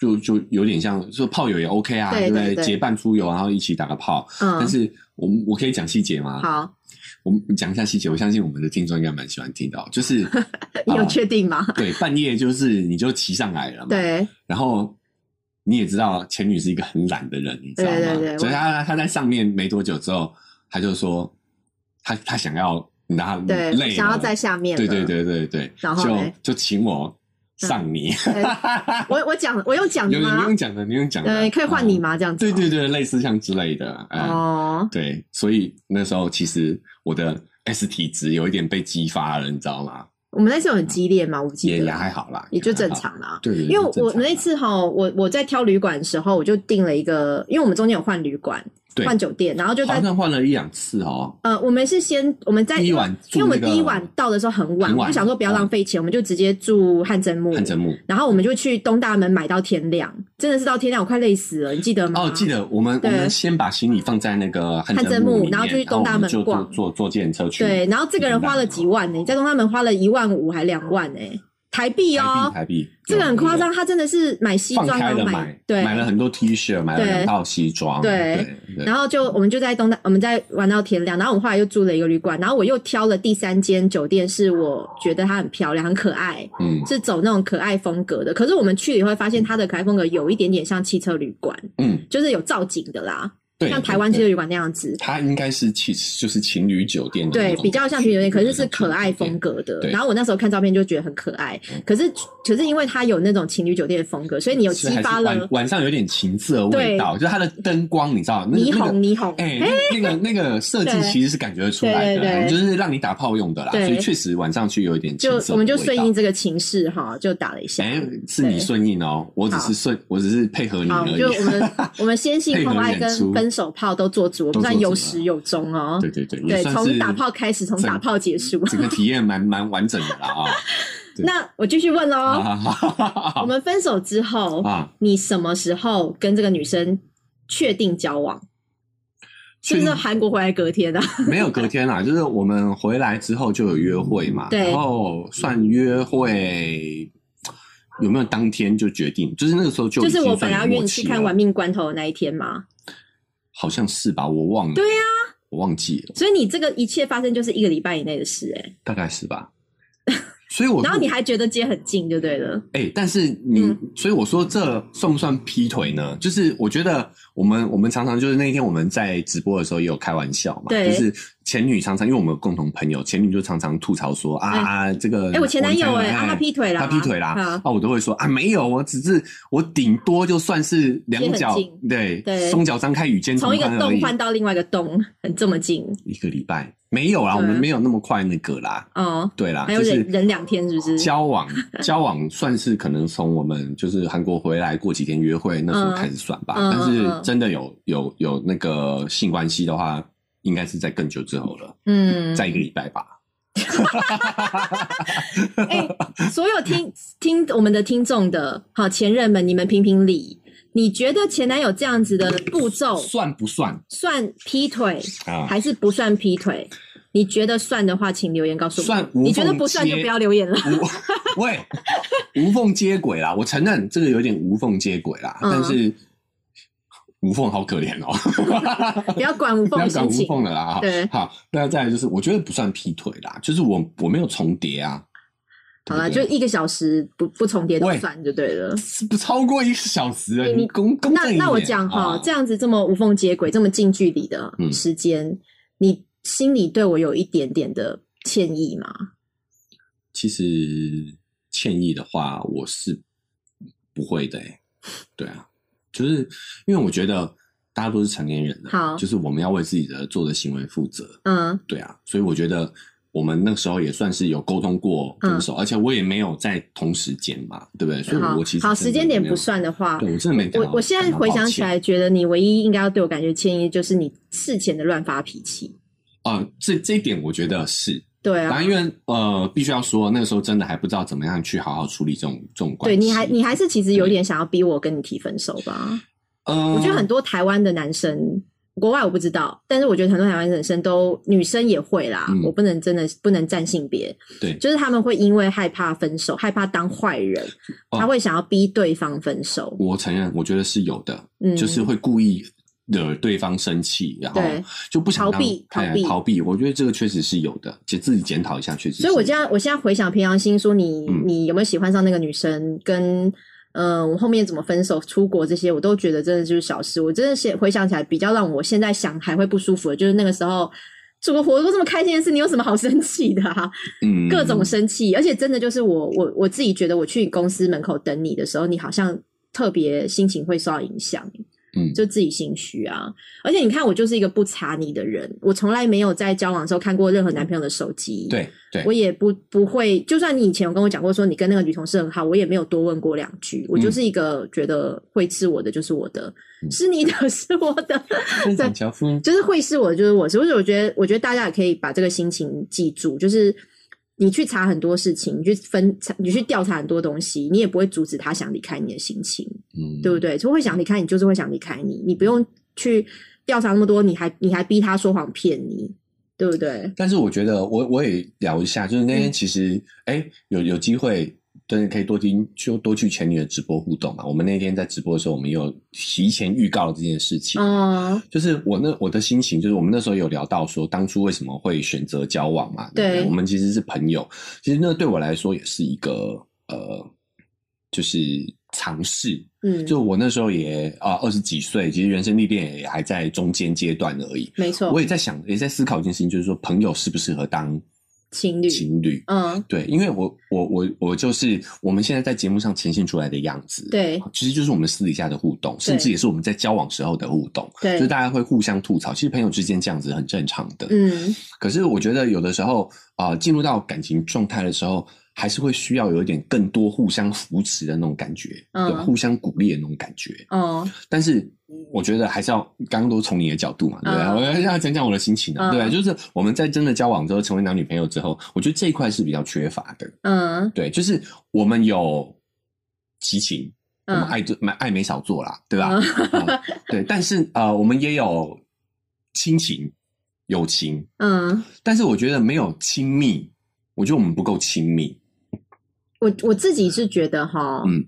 Speaker 2: 就就有点像说炮友也 OK 啊，
Speaker 1: 对
Speaker 2: 不
Speaker 1: 对对
Speaker 2: 结伴出游，然后一起打个炮。但
Speaker 1: 嗯，
Speaker 2: 是我们我可以讲细节吗？
Speaker 1: 好，
Speaker 2: 我们讲一下细节，我相信我们的听众应该蛮喜欢听到，就是
Speaker 1: 你有
Speaker 2: 呃
Speaker 1: 确定吗？
Speaker 2: 对半夜就是你就骑上来了嘛，，
Speaker 1: 对，
Speaker 2: 然后你也知道前女是一个很懒的人，你知道吗？
Speaker 1: 对对对
Speaker 2: 所以他他在上面没多久之后，他就说他他想要，你知道他
Speaker 1: 对，
Speaker 2: 嗯累了，
Speaker 1: 想要在下面。
Speaker 2: 对对。对对对，
Speaker 1: 然后嘞嗯
Speaker 2: 就就请我上你，
Speaker 1: 对我我讲，我用讲
Speaker 2: 有
Speaker 1: 的
Speaker 2: 你
Speaker 1: 吗
Speaker 2: 用？讲的，你用讲的，
Speaker 1: 啊对，可以换你
Speaker 2: 哦？
Speaker 1: 吗？这样子。
Speaker 2: 对对对，类似像之类的，哎、
Speaker 1: 哦，
Speaker 2: 对，所以那时候其实我的 S 体值有一点被激发了，你知道吗？
Speaker 1: 我们那次有很激烈嘛，我不记
Speaker 2: 嗯也
Speaker 1: 得
Speaker 2: 也还好啦，
Speaker 1: 也就
Speaker 2: 还好
Speaker 1: 正。常啦。
Speaker 2: 对，
Speaker 1: 因为
Speaker 2: 也就正
Speaker 1: 我
Speaker 2: 常啦
Speaker 1: 那次哈，我我在挑旅馆的时候，我就订了一个，因为我们中间有换旅馆、
Speaker 2: 对
Speaker 1: 换酒店，然后就
Speaker 2: 好
Speaker 1: 在
Speaker 2: 像换了一两次哦，
Speaker 1: 呃，我们是先我们在
Speaker 2: 第一晚
Speaker 1: 因为我们
Speaker 2: 住那个
Speaker 1: 第一晚到的时候很晚，
Speaker 2: 很
Speaker 1: 我
Speaker 2: 晚
Speaker 1: 就想说不要
Speaker 2: 嗯
Speaker 1: 浪费钱，我们就直接住汉蒸木。
Speaker 2: 汗蒸木。
Speaker 1: 然后我们就去东大门买到天亮，真的是到天亮，我快累死了，你记得吗？
Speaker 2: 哦，记。得我们我
Speaker 1: 对
Speaker 2: 们先把行李放在那个汗
Speaker 1: 汗蒸
Speaker 2: 蒸
Speaker 1: 木
Speaker 2: 木里面，
Speaker 1: 然后就去东大门
Speaker 2: 然后我们就坐
Speaker 1: 逛
Speaker 2: 坐坐电车去。
Speaker 1: 对，然后这个人花了几万呢、在东大门花了一万五还两万呢、台币
Speaker 2: 台
Speaker 1: 哦
Speaker 2: 币，台币，
Speaker 1: 这个很夸
Speaker 2: 有。
Speaker 1: 张，他真的是买西
Speaker 2: 有放
Speaker 1: 装
Speaker 2: 开
Speaker 1: 然后
Speaker 2: 了
Speaker 1: 买
Speaker 2: 买，
Speaker 1: 对，
Speaker 2: 买了很多 T 恤，买了
Speaker 1: 对
Speaker 2: 两套西装，
Speaker 1: 对
Speaker 2: 对
Speaker 1: 然后就我们就在东大，我们在玩到天亮，然后我们后来又住了一个旅馆，然后我又挑了第三间酒店，是我觉得它很漂亮、很可爱，
Speaker 2: 嗯
Speaker 1: 是走那种可爱风格的。可是我们去了以后发现，它的可爱风格有一点点像汽车旅馆，
Speaker 2: 嗯，
Speaker 1: 就是有造景的啦，
Speaker 2: 对，
Speaker 1: 像
Speaker 2: 对
Speaker 1: 台湾汽车
Speaker 2: 对嗯
Speaker 1: 旅馆那样子。
Speaker 2: 它应该是情就是情侣酒店的那
Speaker 1: 对，
Speaker 2: 种
Speaker 1: 比较像情侣酒店，可是是可爱
Speaker 2: 情侣
Speaker 1: 风
Speaker 2: 酒店
Speaker 1: 格的。
Speaker 2: 对
Speaker 1: 然后我那时候看照片就觉得很可爱
Speaker 2: 嗯，
Speaker 1: 可是可是因为它有那种情侣酒店的风格，所以你有
Speaker 2: 是
Speaker 1: 激
Speaker 2: 还是
Speaker 1: 发了
Speaker 2: 晚晚上有点情色味
Speaker 1: 对
Speaker 2: 道，就是它的灯光，你知道，那个
Speaker 1: 霓
Speaker 2: 那个
Speaker 1: 虹霓虹，
Speaker 2: 哎、那那个那个设计
Speaker 1: 对
Speaker 2: 其实是感觉得出来的，哎
Speaker 1: 对对对
Speaker 2: 就是让你打炮用的啦，所
Speaker 1: 对
Speaker 2: 以确实晚上去有一点
Speaker 1: 就
Speaker 2: 青涩的
Speaker 1: 我们就
Speaker 2: 味
Speaker 1: 顺
Speaker 2: 道
Speaker 1: 应。这个情势哈，就打了一下。
Speaker 2: 哎、是你顺应哦，我只
Speaker 1: 好
Speaker 2: 是顺，我只是配合你
Speaker 1: 好，
Speaker 2: 而已。
Speaker 1: 就我们我们先性后爱跟分手炮都做足，我
Speaker 2: 都
Speaker 1: 们
Speaker 2: 做
Speaker 1: 算有
Speaker 2: 足
Speaker 1: 始
Speaker 2: 了
Speaker 1: 有终哦。
Speaker 2: 对对对，也
Speaker 1: 对，
Speaker 2: 算
Speaker 1: 从
Speaker 2: 是
Speaker 1: 打炮开始，从打
Speaker 2: 整
Speaker 1: 炮结束。
Speaker 2: 整个体验蛮蛮完整的啦啊。对
Speaker 1: 那我继续问喽，
Speaker 2: 啊哈哈哈
Speaker 1: 我
Speaker 2: 哈
Speaker 1: 们分手之后，
Speaker 2: 啊，
Speaker 1: 你什么时候跟这个女生确定交往？是不
Speaker 2: 确
Speaker 1: 是
Speaker 2: 定
Speaker 1: 韩国回来隔天啊？
Speaker 2: 没有隔天啦，就是我们回来之后就有约会嘛，
Speaker 1: 对
Speaker 2: 然后算约会有没有当天就决定，就是那个时候就
Speaker 1: 就是
Speaker 2: 已经
Speaker 1: 我
Speaker 2: 算
Speaker 1: 本
Speaker 2: 有
Speaker 1: 来要约你
Speaker 2: 默
Speaker 1: 去
Speaker 2: 契
Speaker 1: 看《
Speaker 2: 了
Speaker 1: 玩命关头》的那一天嘛，
Speaker 2: 好像是吧，我忘了，
Speaker 1: 对
Speaker 2: 呀、我忘记了，
Speaker 1: 所以你这个一切发生就是一个礼拜以内的事、欸，哎，
Speaker 2: 大概是吧。所以 我
Speaker 1: 然后你还觉得接很近就对了，
Speaker 2: 哎、但是你，
Speaker 1: 嗯
Speaker 2: 所以我说这算不算劈腿呢？就是我觉得我们我们常常就是那一天我们在直播的时候也有开玩笑嘛，
Speaker 1: 对
Speaker 2: 就是前女常常因为我们有共同朋友，前女就常常吐槽说啊、
Speaker 1: 哎
Speaker 2: 啊这个，
Speaker 1: 哎、我前男友哎、
Speaker 2: 哎、
Speaker 1: 啊他劈腿啦，
Speaker 2: 他劈腿啦，
Speaker 1: 啊
Speaker 2: 啊，我都会说啊，没有，我只是我顶多就算是两
Speaker 1: 贴很
Speaker 2: 脚
Speaker 1: 近
Speaker 2: 对
Speaker 1: 对
Speaker 2: 双脚张开与肩同
Speaker 1: 从一个
Speaker 2: 宽而
Speaker 1: 洞
Speaker 2: 已，
Speaker 1: 换到另外一个洞，很这么近
Speaker 2: 一个礼拜没有啦，我
Speaker 1: 对
Speaker 2: 们没有那么快那个啦，
Speaker 1: 哦，
Speaker 2: 对啦，
Speaker 1: 还有
Speaker 2: 就
Speaker 1: 忍
Speaker 2: 是
Speaker 1: 忍两天是不是
Speaker 2: 交 往交往算是可能从我们就是韩国回来过几天约会那时候
Speaker 1: 嗯
Speaker 2: 开始算吧，
Speaker 1: 嗯
Speaker 2: 但是
Speaker 1: 嗯嗯
Speaker 2: 真的有有有那个性关系的话，应该是在更久之后了，
Speaker 1: 嗯，
Speaker 2: 在一个礼拜吧。
Speaker 1: 哎、所有听 听我们的听众的好前任们，你们评评理，你觉得前男友这样子的步骤
Speaker 2: 算不算
Speaker 1: 算劈腿
Speaker 2: 啊？
Speaker 1: 还是不算劈腿？你觉得算的话，请留言告诉我。
Speaker 2: 算无缝
Speaker 1: 你觉得不算就
Speaker 2: 接
Speaker 1: 不要留言 了。
Speaker 2: 无喂，无缝接轨啦！我承认这个有点无缝接轨啦，
Speaker 1: 嗯
Speaker 2: 但是无缝好可怜哦。
Speaker 1: 不要管无
Speaker 2: 不
Speaker 1: 缝
Speaker 2: 要
Speaker 1: 的
Speaker 2: 讲
Speaker 1: 心
Speaker 2: 无
Speaker 1: 情。
Speaker 2: 缝了啦，哈
Speaker 1: 对
Speaker 2: 好，那再来就是，我觉得不算劈腿啦，就是我我没有重叠啊，
Speaker 1: 好了，就
Speaker 2: 对不
Speaker 1: 一个小时不不重叠都
Speaker 2: 喂
Speaker 1: 算就对了。
Speaker 2: 是不超过一个小时了，
Speaker 1: 你
Speaker 2: 你公公
Speaker 1: 那
Speaker 2: 正一
Speaker 1: 那我
Speaker 2: 点
Speaker 1: 讲哈
Speaker 2: 啊，
Speaker 1: 这样子这么无缝接轨，这么近距离的
Speaker 2: 嗯
Speaker 1: 时间，你心里对我有一点点的歉意吗？
Speaker 2: 其实歉意的话，我是不会的、欸。对啊，就是因为我觉得大家都是成年人了，
Speaker 1: 好
Speaker 2: 就是我们要为自己的做的行为负责。
Speaker 1: 嗯，
Speaker 2: 对啊，所以我觉得我们那时候也算是有沟通过分手，而且我也没有在同时间嘛，对不对？所以
Speaker 1: 嗯好
Speaker 2: 我其实
Speaker 1: 好
Speaker 2: 真的
Speaker 1: 时间点
Speaker 2: 没有
Speaker 1: 不，算的话，
Speaker 2: 对我真的没感
Speaker 1: 啊我
Speaker 2: 到
Speaker 1: 我现在回想起来，觉得你唯一应该要对我感觉歉意，就是你事前的乱发脾气。
Speaker 2: 啊、呃这这一点我觉得是，
Speaker 1: 对
Speaker 2: 当
Speaker 1: 啊，
Speaker 2: 然因为呃，必须要说那个时候真的还不知道怎么样去好好处理这种这种关
Speaker 1: 对
Speaker 2: 系。
Speaker 1: 你还你还是其实有点想要逼我跟你提分手吧？
Speaker 2: 呃，
Speaker 1: 我觉得很多台湾的男生。国外我不知道，但是我觉得很多台湾男生都女生也会啦。
Speaker 2: 嗯
Speaker 1: 我不能真的不能占性别，
Speaker 2: 对
Speaker 1: 就是他们会因为害怕分手，害怕当坏人，
Speaker 2: 哦
Speaker 1: 他会想要逼对方分手。
Speaker 2: 我承认，我觉得是有的，
Speaker 1: 嗯，
Speaker 2: 就是会故意惹对方生气，然后
Speaker 1: 对
Speaker 2: 就不想
Speaker 1: 逃
Speaker 2: 让
Speaker 1: 避
Speaker 2: 哎
Speaker 1: 逃避
Speaker 2: 逃避。我觉得这个确实是有的，且自己检讨一下，确实是
Speaker 1: 所
Speaker 2: 有
Speaker 1: 以我
Speaker 2: 的。
Speaker 1: 现在我现在回想平常心，说你、
Speaker 2: 嗯
Speaker 1: 你有没有喜欢上那个女生，跟呃我后面怎么分手、出国这些，我都觉得真的就是小事。我真的现回想起来，比较让我现在想还会不舒服的，就是那个时候出国活得这么开心的事，你有什么好生气的啊？
Speaker 2: 嗯
Speaker 1: 各种生气，而且真的就是我我我自己觉得，我去公司门口等你的时候，你好像特别心情会受到影响，
Speaker 2: 嗯
Speaker 1: 就自己心虚啊。而且你看，我就是一个不查你的人，我从来没有在交往的时候看过任何男朋友的手机，，
Speaker 2: 对对
Speaker 1: 我，也不不会。就算你以前有跟我讲过说你跟那个女同事很好，我也没有多问过两句。我就是一个觉得会是我的就是我的，
Speaker 2: 嗯
Speaker 1: 是你的是我 的，
Speaker 2: 分享樵夫
Speaker 1: 就是会是我的就是我是。所以我觉得，我觉得大家也可以把这个心情记住，就是你去查很多事情，你去分，你去调查很多东西，你也不会阻止他想离开你的心情，
Speaker 2: 嗯，
Speaker 1: 对不对？就会想离开你，就是会想离开你，你不用去调查那么多，你还你还逼他说谎骗你，对不对？
Speaker 2: 但是我觉得我我也聊一下，就是那天其实哎、有有机会。真的可以多听，就多去前女的直播互动嘛。我们那天在直播的时候，我们也有提前预告了这件事情。
Speaker 1: 哦，
Speaker 2: 就是我那我的心情，就是我们那时候有聊到说，当初为什么会选择交往嘛？对不对
Speaker 1: 对
Speaker 2: 我们其实是朋友，其实那对我来说也是一个呃，就是尝试。
Speaker 1: 嗯，
Speaker 2: 就我那时候也啊二十几岁，其实人生历练也还在中间阶段而已。
Speaker 1: 没错
Speaker 2: 我，也在想，也在思考一件事情，就是说朋友适不适合当
Speaker 1: 嗯情侣，
Speaker 2: 情侣？
Speaker 1: 嗯，
Speaker 2: 对，因为我我我我就是我们现在在节目上呈现出来的样子，
Speaker 1: 对
Speaker 2: 其实就是我们私底下的互动，甚至也是我们在交往时候的互动，
Speaker 1: 对
Speaker 2: 就是大家会互相吐槽，其实朋友之间这样子很正常的。
Speaker 1: 嗯，
Speaker 2: 可是我觉得有的时候啊，呃进、入到感情状态的时候，还是会需要有一点更多互相扶持的那种感觉，
Speaker 1: 嗯
Speaker 2: 对，互相鼓励的那种感觉。
Speaker 1: 哦，
Speaker 2: 但是我觉得还是要刚刚都从你的角度嘛，对不对？
Speaker 1: 嗯
Speaker 2: 我要要讲讲我的心情
Speaker 1: 嗯
Speaker 2: 啊，对不对，就是我们在真的交往之后，成为男女朋友之后，我觉得这一块是比较缺乏的。
Speaker 1: 嗯
Speaker 2: 对，就是我们有激情，我们
Speaker 1: 嗯，
Speaker 2: 爱做爱没少做啦，对吧？
Speaker 1: 嗯
Speaker 2: 嗯对，但是呃，我们也有亲情、友情，
Speaker 1: 嗯，
Speaker 2: 但是我觉得没有亲密，我觉得我们不够亲密。
Speaker 1: 我我自己是觉得哈，
Speaker 2: 嗯，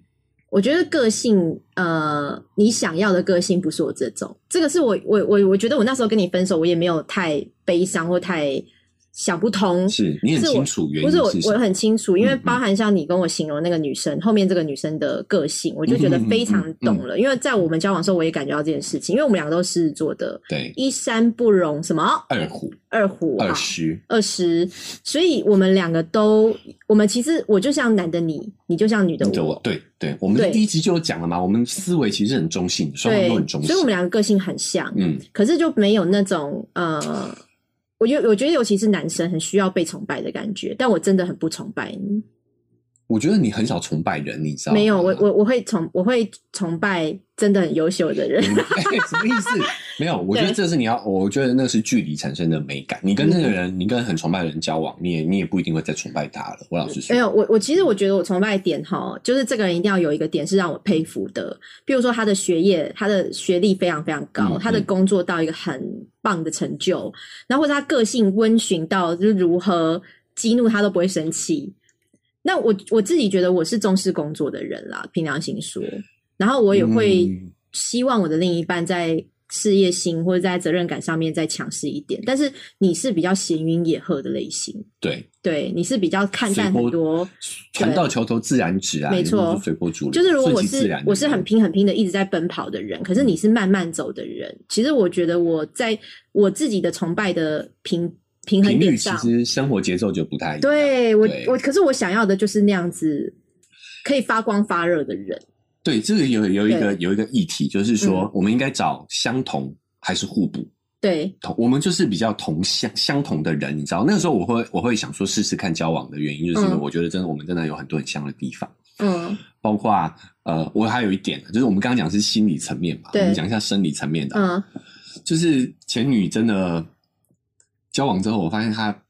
Speaker 1: 我觉得个性，呃，你想要的个性不是我这种，这个是我我我我觉得我那时候跟你分手，我也没有太悲伤或太想不通，
Speaker 2: 是你很
Speaker 1: 是我
Speaker 2: 清楚原
Speaker 1: 不
Speaker 2: 因
Speaker 1: 是我
Speaker 2: 是什
Speaker 1: 我
Speaker 2: 么？
Speaker 1: 很清楚，因为
Speaker 2: 嗯嗯
Speaker 1: 包含像你跟我形容那个女生、后面这个女生的个性，我就觉
Speaker 2: 嗯
Speaker 1: 得非常懂了，因为在我们交往的时候我也感觉到这件事情，因为我们两个都是狮子座的，
Speaker 2: 对，
Speaker 1: 一山不容什么
Speaker 2: 二虎
Speaker 1: 二虎啊
Speaker 2: 二十，
Speaker 1: 二十，所以我们两个都，我们其实我就像男的你，你就像女的
Speaker 2: 对
Speaker 1: 我
Speaker 2: 我，对对，我们
Speaker 1: 对
Speaker 2: 第一集就有讲了嘛，我们思维其实很中性，双方
Speaker 1: 对
Speaker 2: 都很中，性。
Speaker 1: 所以我们两个个性很像，
Speaker 2: 嗯，
Speaker 1: 可是就没有那种呃，我觉得我觉得尤其是男生很需要被崇拜的感觉，但我真的很不崇拜你，
Speaker 2: 我觉得你很少崇拜人，你知道吗？
Speaker 1: 没有，我 我我会崇我会崇拜真的很优秀的人，
Speaker 2: 哎什么意思？没有，我觉得
Speaker 1: 对
Speaker 2: 这是你要，我觉得那是距离产生的美感。你跟那个人，你跟很崇拜的人交往，你也你也不一定会再崇拜他了。我老实说
Speaker 1: 没，有，我我其实我觉得我崇拜的点哈，就是这个人一定要有一个点是让我佩服的，比如说他的学业，他的学历非常非常高，
Speaker 2: 嗯
Speaker 1: 他的
Speaker 2: 嗯
Speaker 1: 工作到一个很棒的成就，然后或者他个性温驯到就是如何激怒他都不会生气。那我我自己觉得我是重视工作的人啦，凭良心说，然后我也会
Speaker 2: 嗯
Speaker 1: 希望我的另一半在事业心或者在责任感上面再强势一点，但是你是比较闲云野鹤的类型。
Speaker 2: 对，
Speaker 1: 对，你是比较看淡
Speaker 2: 随波
Speaker 1: 很多，
Speaker 2: 船到桥头自然直啊，
Speaker 1: 没错
Speaker 2: 你不是随波逐流，
Speaker 1: 就是如果我
Speaker 2: 顺其自
Speaker 1: 是
Speaker 2: 然的嗯
Speaker 1: 我是很拼很拼的一直在奔跑的人，可是你是慢慢走的人。其实我觉得我在我自己的崇拜的平平衡
Speaker 2: 频率，
Speaker 1: 点
Speaker 2: 其
Speaker 1: 上，
Speaker 2: 实生活节奏就不太一样。，
Speaker 1: 对我
Speaker 2: 对
Speaker 1: 我可是我想要的就是那样子可以发光发热的人。
Speaker 2: 对，这个有有一个
Speaker 1: 对
Speaker 2: 有一个议题，就是说
Speaker 1: 嗯
Speaker 2: 我们应该找相同还是互补。
Speaker 1: 对，
Speaker 2: 同我们就是比较同相相同的人，你知道？那个时候我会我会想说试试看交往的原因，就是因为
Speaker 1: 嗯
Speaker 2: 我觉得真的我们真的有很多很像的地方，
Speaker 1: 嗯
Speaker 2: 包括呃，我还有一点就是我们刚刚讲的是心理层面嘛，我
Speaker 1: 对
Speaker 2: 们讲一下生理层面的，
Speaker 1: 嗯，
Speaker 2: 就是前女真的交往之后，我发现 她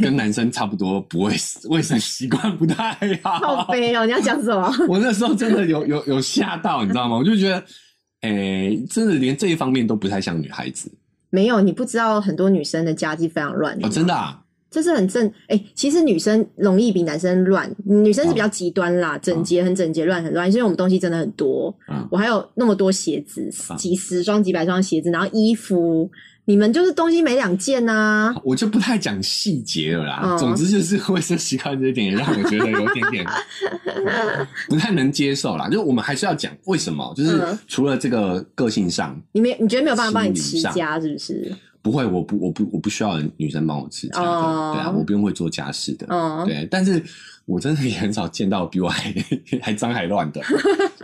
Speaker 2: 跟男生差不多，不会卫生习惯不太
Speaker 1: 好
Speaker 2: 好。
Speaker 1: 悲哦！你要讲什么？
Speaker 2: 我那时候真的有有有吓到，你知道吗？我就觉得，诶、真的连这一方面都不太像女孩子
Speaker 1: 没有，你不知道很多女生的家境非常乱
Speaker 2: 哦，真的、啊。
Speaker 1: 这是很正哎、其实女生容易比男生乱，女生是比
Speaker 2: 哦
Speaker 1: 较极端啦，整洁很整洁，乱很乱，因为我们东西真的很多，
Speaker 2: 嗯
Speaker 1: 我还有那么多鞋子
Speaker 2: 啊，
Speaker 1: 几十双、几百双鞋子，然后衣服，你们就是东西没两件啊呐、
Speaker 2: 我就不太讲细节了啦。
Speaker 1: 哦
Speaker 2: 总之就是卫生习惯这一点，也让我觉得有点 点不太能接受啦。就是我们还是要讲为什么，就是
Speaker 1: 嗯
Speaker 2: 除了这个个性上，
Speaker 1: 你没你觉得没有办法帮你
Speaker 2: 心
Speaker 1: 持
Speaker 2: 理上
Speaker 1: 家是不是？
Speaker 2: 不会，我不，我不，我不需要女生帮我持家的，
Speaker 1: 哦
Speaker 2: 对啊，我不用会做家事的，
Speaker 1: 哦，
Speaker 2: 对。但是我真的也很少见到比我还 还脏还乱的，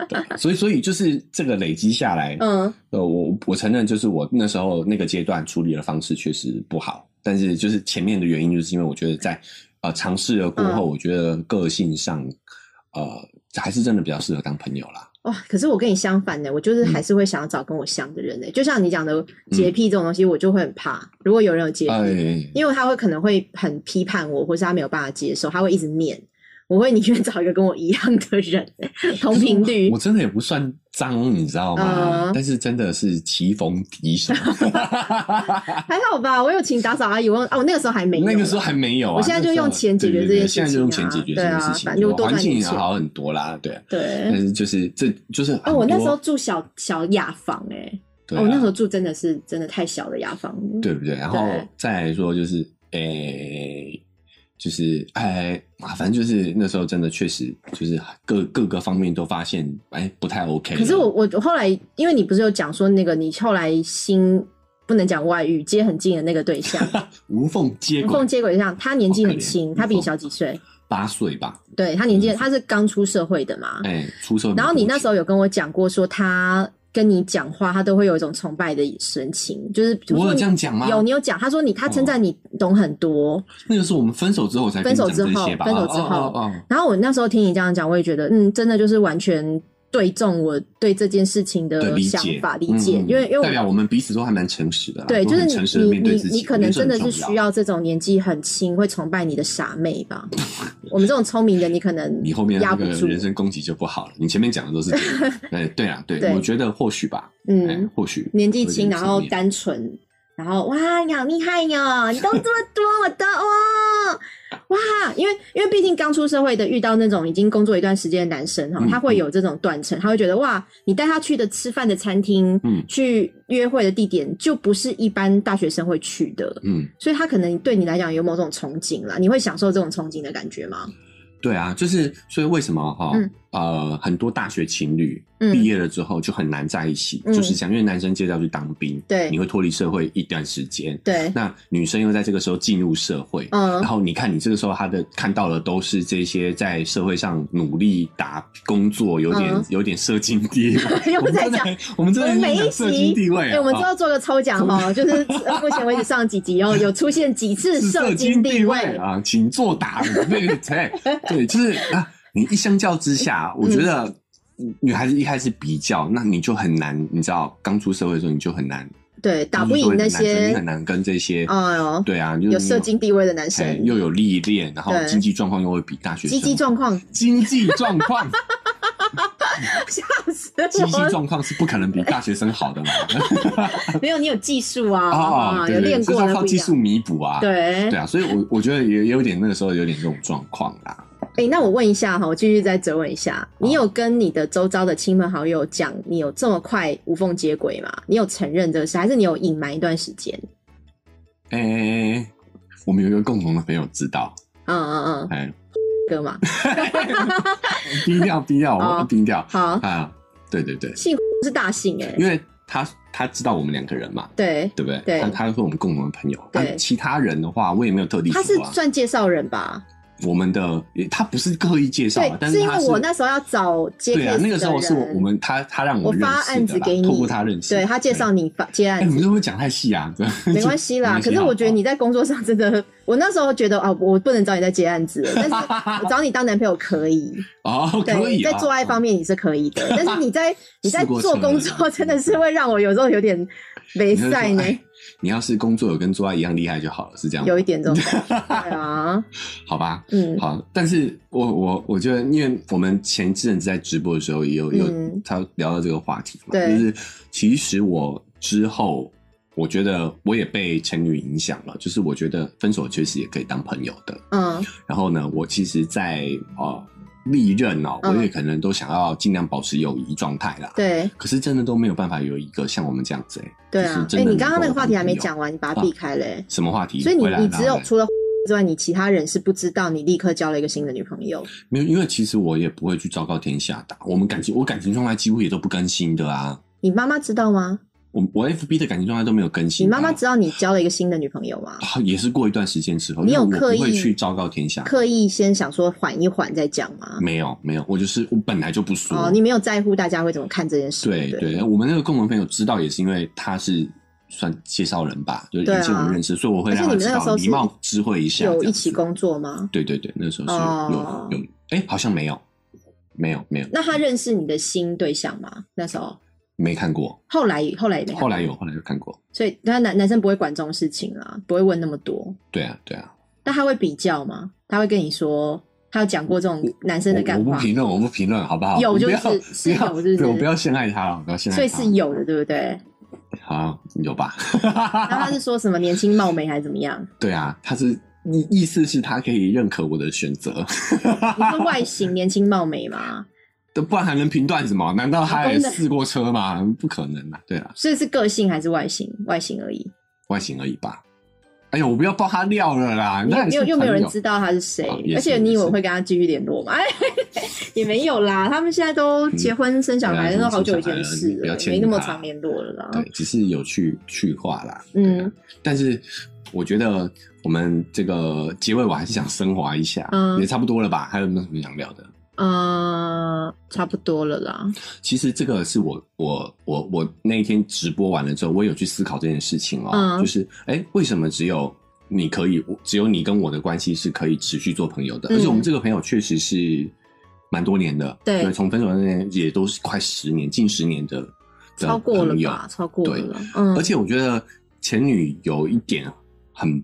Speaker 2: 对。所以，所以就是这个累积下来，
Speaker 1: 嗯
Speaker 2: 呃，我我承认，就是我那时候那个阶段处理的方式确实不好，但是就是前面的原因，就是因为我觉得在呃尝试了过后，
Speaker 1: 嗯
Speaker 2: 我觉得个性上呃还是真的比较适合当朋友啦。
Speaker 1: 哇、可是我跟你相反呢，我
Speaker 2: 嗯
Speaker 1: 就是还是会想要找跟我像的人呢、就像你讲的洁癖这种东西，我就会很怕，如果有人有洁癖。
Speaker 2: 哎，
Speaker 1: 因为他会可能会很批判我，或是他没有办法接受，他会一直念。我会宁愿找一个跟我一样的人，同频率
Speaker 2: 哎我。真的也不算脏，你知道吗？
Speaker 1: 嗯
Speaker 2: 但是真的是棋逢敌手，
Speaker 1: 还好吧，我有请打扫阿姨，我哦，我那个时候还 没有啦。
Speaker 2: 那个时候还没有啊。
Speaker 1: 我现在就用钱解决这件事情啊
Speaker 2: 对对对现在就用钱解决这件事
Speaker 1: 对啊
Speaker 2: 情，
Speaker 1: 反正就多
Speaker 2: 环
Speaker 1: 赚点
Speaker 2: 境
Speaker 1: 钱
Speaker 2: 也好很多啦，对啊。但
Speaker 1: 对，
Speaker 2: 是就是这就是很
Speaker 1: 哦，我那时
Speaker 2: 多
Speaker 1: 候住小小雅房哎、欸，
Speaker 2: 对
Speaker 1: 哦，我
Speaker 2: 啊
Speaker 1: 那时候住真的是真的太小的雅房了。
Speaker 2: 对不对？然后
Speaker 1: 对
Speaker 2: 再来说就是，诶、就是哎，啊反正就是那时候真的确实就是各各个方面都发现，哎，不太 OK 了。
Speaker 1: 可是我我我后来，因为你不是有讲说那个你后来新不能讲外遇，接很近的那个对象，
Speaker 2: 无缝 接
Speaker 1: 凤
Speaker 2: 轨
Speaker 1: 接轨对象，他年纪
Speaker 2: 好
Speaker 1: 很
Speaker 2: 可怜哦嗯
Speaker 1: 轻，他比你小几岁，
Speaker 2: 八岁吧，
Speaker 1: 对他年纪他是刚出社会的嘛，
Speaker 2: 哎，出社会
Speaker 1: 啊然后你那时
Speaker 2: 候
Speaker 1: 候有跟我讲过，说他跟你讲话，他都会有一种崇拜的神情，就是比如
Speaker 2: 我
Speaker 1: 说
Speaker 2: 有
Speaker 1: 你
Speaker 2: 这样讲吗？哦
Speaker 1: 有你有讲，他说你他称赞你懂很多，
Speaker 2: 那个是我们分手之后才跟你
Speaker 1: 分手
Speaker 2: 讲这
Speaker 1: 之后
Speaker 2: 些吧？
Speaker 1: 分手之后
Speaker 2: 哦哦哦哦
Speaker 1: 然后我那时候听你这样讲，我也觉得嗯，真的就是完全对中我对这件事情
Speaker 2: 的
Speaker 1: 的
Speaker 2: 理
Speaker 1: 想
Speaker 2: 解嗯
Speaker 1: 法理解，因为因为
Speaker 2: 代表
Speaker 1: 我
Speaker 2: 我们彼此都还蛮诚实的啦，
Speaker 1: 对，
Speaker 2: 都
Speaker 1: 就
Speaker 2: 很
Speaker 1: 是
Speaker 2: 诚实的
Speaker 1: 你
Speaker 2: 面对
Speaker 1: 你
Speaker 2: 自己，
Speaker 1: 你可能真的是
Speaker 2: 我觉得这很
Speaker 1: 需
Speaker 2: 重要。
Speaker 1: 要这种年纪很轻会崇拜你的傻妹吧？ 我们这种聪明的，你可能
Speaker 2: 你后面
Speaker 1: 压
Speaker 2: 那
Speaker 1: 不
Speaker 2: 个
Speaker 1: 住，
Speaker 2: 人身攻击就不好了，你前面讲的都是真 的。哎，对啊，对，
Speaker 1: 对
Speaker 2: 我觉得或许吧，哎
Speaker 1: 嗯，，
Speaker 2: 或许
Speaker 1: 年纪轻，
Speaker 2: 有点
Speaker 1: 然后
Speaker 2: 层面
Speaker 1: 单纯，然后哇，你好厉害哟、你懂 这么多，我的哦，哇，因为因为毕竟刚出社会的，遇到那种已经工作一段时间的男生哈，
Speaker 2: 嗯
Speaker 1: 他会有这种断层，他会觉得哇，你带他去的吃饭的餐厅，
Speaker 2: 嗯
Speaker 1: 去约会的地点，就不是一般大学生会去的，
Speaker 2: 嗯，
Speaker 1: 所以他可能对你来讲有某种憧憬啦，你会享受这种憧憬的感觉吗？
Speaker 2: 对啊，就是所以为什么哈、
Speaker 1: 嗯
Speaker 2: 呃，很多大学情侣
Speaker 1: 嗯
Speaker 2: 毕业了之后就很难在一起，
Speaker 1: 嗯
Speaker 2: 就是讲因为男生接着要去当兵，
Speaker 1: 对
Speaker 2: 你会脱离社会一段时间，
Speaker 1: 对，
Speaker 2: 那女生又在这个时候进入社会。
Speaker 1: 嗯
Speaker 2: 然，后你看，你这个时候她的看到的都是这些在社会上努力打工作，有点、
Speaker 1: 嗯。
Speaker 2: 有点社经地位
Speaker 1: 又
Speaker 2: 我们
Speaker 1: 在
Speaker 2: 真的
Speaker 1: 讲，
Speaker 2: 我们真
Speaker 1: 我们
Speaker 2: 的是
Speaker 1: 每
Speaker 2: 在
Speaker 1: 一
Speaker 2: 讲社经
Speaker 1: 集
Speaker 2: 地位
Speaker 1: 哎、
Speaker 2: 啊。
Speaker 1: 我们
Speaker 2: 啊
Speaker 1: 之后做个抽奖哦，就是呃目前为止上几集哦，有出现几 次
Speaker 2: 是
Speaker 1: 射精地位，
Speaker 2: 啊，请作答。对对对，对，就是啊，你一相较之下，
Speaker 1: 嗯
Speaker 2: 我觉得女孩子一开始比较，那你就很难，你知道，刚出社会的时候你就很难
Speaker 1: 对，打不赢那
Speaker 2: 就是说
Speaker 1: 些
Speaker 2: 你很难跟这些，
Speaker 1: 哎呦
Speaker 2: 对啊，就是
Speaker 1: 有射精地位的男
Speaker 2: 哎
Speaker 1: 生，
Speaker 2: 又有历练，然后
Speaker 1: 对
Speaker 2: 经济状况又会比大学
Speaker 1: 鸡
Speaker 2: 生
Speaker 1: 鸡状况，
Speaker 2: 经济状况，
Speaker 1: 吓死
Speaker 2: 经济
Speaker 1: 我了！
Speaker 2: 状况是不可能比大学生好的 嘛。
Speaker 1: 没有，你有技术啊，
Speaker 2: 哦，
Speaker 1: 啊
Speaker 2: 对
Speaker 1: 有
Speaker 2: 对，
Speaker 1: 练
Speaker 2: 这是
Speaker 1: 过
Speaker 2: 要
Speaker 1: 的
Speaker 2: 靠
Speaker 1: 不一
Speaker 2: 技术
Speaker 1: 样。
Speaker 2: 弥补啊。
Speaker 1: 对，
Speaker 2: 对啊，所以我我觉得也也有点那个时候有点这种状况啦。
Speaker 1: 哎、那我问一下哈，我继续再责问一下，你有跟你的周遭的亲朋好友讲你有这么快无缝接轨吗？你有承认这个事，还是你有隐瞒一段时间？
Speaker 2: 诶，哎我们有一个共同的朋友知道，
Speaker 1: 嗯嗯嗯，
Speaker 2: 哎、
Speaker 1: 哥嘛，
Speaker 2: 低调低调，
Speaker 1: 哦
Speaker 2: 我低调
Speaker 1: 好，
Speaker 2: 啊，对对对，
Speaker 1: 是大姓哎、
Speaker 2: 因为他他知道我们两个人嘛，
Speaker 1: 对，
Speaker 2: 对不对？
Speaker 1: 对
Speaker 2: 他他是我们共同的朋友，
Speaker 1: 对
Speaker 2: 但其他人的话，我也没有特地
Speaker 1: 他是
Speaker 2: 说啊。
Speaker 1: 算介绍人吧？
Speaker 2: 我们的也他不是刻意介绍啊
Speaker 1: 对，，
Speaker 2: 但
Speaker 1: 是因
Speaker 2: 他
Speaker 1: 为
Speaker 2: 是
Speaker 1: 我那时候要找接 case
Speaker 2: 对
Speaker 1: 的
Speaker 2: 啊，
Speaker 1: 人，
Speaker 2: 那个时候是我我们他他让
Speaker 1: 我
Speaker 2: 们认
Speaker 1: 发
Speaker 2: 识
Speaker 1: 案
Speaker 2: 的
Speaker 1: 子
Speaker 2: 啦，
Speaker 1: 给你，
Speaker 2: 透过他认识，
Speaker 1: 对他介绍你发接
Speaker 2: 哎。
Speaker 1: 案
Speaker 2: 哎，你
Speaker 1: 子。
Speaker 2: 们会不会讲太细啊？
Speaker 1: 没关系啦，
Speaker 2: 没关系
Speaker 1: 可是
Speaker 2: 啊
Speaker 1: 我觉得你在工作上真的， 我那时候觉得啊，我不能找你在接案子，但 是我找你当男朋友可以，
Speaker 2: 哦，
Speaker 1: 对，
Speaker 2: 可以啊哦
Speaker 1: 在做爱方面你是可以的，但是你在你在
Speaker 2: 试过
Speaker 1: 做
Speaker 2: 成了
Speaker 1: 工作真的是会让我有时候有点没
Speaker 2: 你会说
Speaker 1: 赛呢，
Speaker 2: 哎你要是工作有跟做爱一样厉害就好了，是这样吗？
Speaker 1: 有一点这种感觉，对啊，
Speaker 2: 好吧，
Speaker 1: 嗯，
Speaker 2: 好，但是我我我觉得，因为我们前阵子在直播的时候也有有
Speaker 1: 嗯
Speaker 2: 他聊到这个话题嘛，
Speaker 1: 对
Speaker 2: 就是其实我之后，我觉得我也被前女影响了，就是我觉得分手确实也可以当朋友的。
Speaker 1: 嗯
Speaker 2: 然后呢，我其实在，呃历任哦，
Speaker 1: 嗯
Speaker 2: 我也可能都想要尽量保持友谊状态啦。
Speaker 1: 对
Speaker 2: 可是真的都没有办法有一个像我们这样子哎、
Speaker 1: 对
Speaker 2: 就是
Speaker 1: 啊，
Speaker 2: 真
Speaker 1: 哎，
Speaker 2: 的
Speaker 1: 你
Speaker 2: 能
Speaker 1: 刚刚那个
Speaker 2: 够
Speaker 1: 话题
Speaker 2: 当
Speaker 1: 还没
Speaker 2: 朋友
Speaker 1: 讲完，你把它避开嘞、
Speaker 2: 什么话题？
Speaker 1: 所以你
Speaker 2: 回来
Speaker 1: 你
Speaker 2: 啦
Speaker 1: 只有
Speaker 2: 回来
Speaker 1: 除了 之外，你其他人是不知道你立刻交了一个新的女朋友。
Speaker 2: 没有，因为其实我也不会去昭告天下的啊。我们感情，我感情状态几乎也都不更新的啊。
Speaker 1: 你妈妈知道吗？
Speaker 2: 我我 FB 的感情状态都没有更
Speaker 1: 你
Speaker 2: 新的啊、
Speaker 1: 妈妈知道你交了一个新的女朋友吗？
Speaker 2: 啊也是过一段时间之后，
Speaker 1: 你有
Speaker 2: 因为我不
Speaker 1: 刻
Speaker 2: 会
Speaker 1: 意
Speaker 2: 去昭告天下，
Speaker 1: 刻意先想说缓一缓再讲吗？
Speaker 2: 没有没有，我就是我本来就不嗯说。
Speaker 1: 哦，你没有在乎大家会怎么看这件事。
Speaker 2: 对
Speaker 1: 对
Speaker 2: 对，我们那个共同朋友知道也是因为他是算介绍人吧，就是
Speaker 1: 对啊
Speaker 2: 引荐我们认识，所以我会
Speaker 1: 而且
Speaker 2: 让他
Speaker 1: 你们
Speaker 2: 知
Speaker 1: 那个时
Speaker 2: 道
Speaker 1: 候
Speaker 2: 礼
Speaker 1: 是
Speaker 2: 貌知会一下，
Speaker 1: 有
Speaker 2: 这
Speaker 1: 一
Speaker 2: 样
Speaker 1: 起
Speaker 2: 子
Speaker 1: 工作吗？
Speaker 2: 对对对，那时候是有、
Speaker 1: 哦
Speaker 2: 有，哎，好像没有没有没有
Speaker 1: 那他认识你的新对象吗？那时候
Speaker 2: 没看过，
Speaker 1: 后来后来也没看
Speaker 2: 后来有后来有看过，
Speaker 1: 所以他男男生不会管这种事情啊，不会问那么多。
Speaker 2: 对啊对啊。
Speaker 1: 那他会比较吗？他会跟你说，他有讲过这种男生的
Speaker 2: 我
Speaker 1: 干
Speaker 2: 我
Speaker 1: 话
Speaker 2: 不，评论，我不评论，好不好？
Speaker 1: 有
Speaker 2: 你
Speaker 1: 就
Speaker 2: 不
Speaker 1: 是
Speaker 2: 要不
Speaker 1: 是有
Speaker 2: 要
Speaker 1: 是不是
Speaker 2: 对我不要陷害他了，我不要陷害
Speaker 1: 所
Speaker 2: 他。
Speaker 1: 以是有的，对不对？
Speaker 2: 好有吧？
Speaker 1: 然后他是说什么年轻貌美还是怎么样？
Speaker 2: 对啊，他是你意思是他可以认可我的选择，
Speaker 1: 你说外形 年轻貌美吗？
Speaker 2: 都不然还能评断什么？难道他
Speaker 1: 老
Speaker 2: 也
Speaker 1: 公的
Speaker 2: 试过车吗？不可能啊！对啊，
Speaker 1: 所以是个性还是外形？外形而已。
Speaker 2: 外形而已吧。哎呦，我不要爆他料了啦！
Speaker 1: 你有
Speaker 2: 那也
Speaker 1: 没
Speaker 2: 是
Speaker 1: 有又没有
Speaker 2: 朋
Speaker 1: 人
Speaker 2: 友
Speaker 1: 知道他是谁
Speaker 2: 哦也，是
Speaker 1: 而且你以为
Speaker 2: 也是
Speaker 1: 会跟他继续联络吗？哎， 也没有啦，他们现在都结婚生小孩，
Speaker 2: 嗯对啊
Speaker 1: 那都好久以前的事
Speaker 2: 不要
Speaker 1: 了，
Speaker 2: 牵
Speaker 1: 没那么
Speaker 2: 他
Speaker 1: 常联络了啦
Speaker 2: 对。，啊只是有去去化啦。
Speaker 1: 嗯
Speaker 2: 嗯，但是我觉得我们这个结尾我还是想升华一下，
Speaker 1: 嗯
Speaker 2: 也差不多了吧？还有没有什么想聊的？
Speaker 1: 呃，差不多了啦。
Speaker 2: 其实这个是我我我我那一天直播完了之后，我有去思考这件事情哦，
Speaker 1: 嗯
Speaker 2: 就是哎、诶为什么只有你可以，我只有你跟我的关系是可以持续做朋友的，
Speaker 1: 嗯
Speaker 2: 而且我们这个朋友确实是蛮多年的，
Speaker 1: 对
Speaker 2: 从分手那年也都是快十年，近十年的的
Speaker 1: 超过了
Speaker 2: 朋友
Speaker 1: 吧？超过
Speaker 2: 对
Speaker 1: 了，嗯
Speaker 2: 而，且我觉得前女有一点很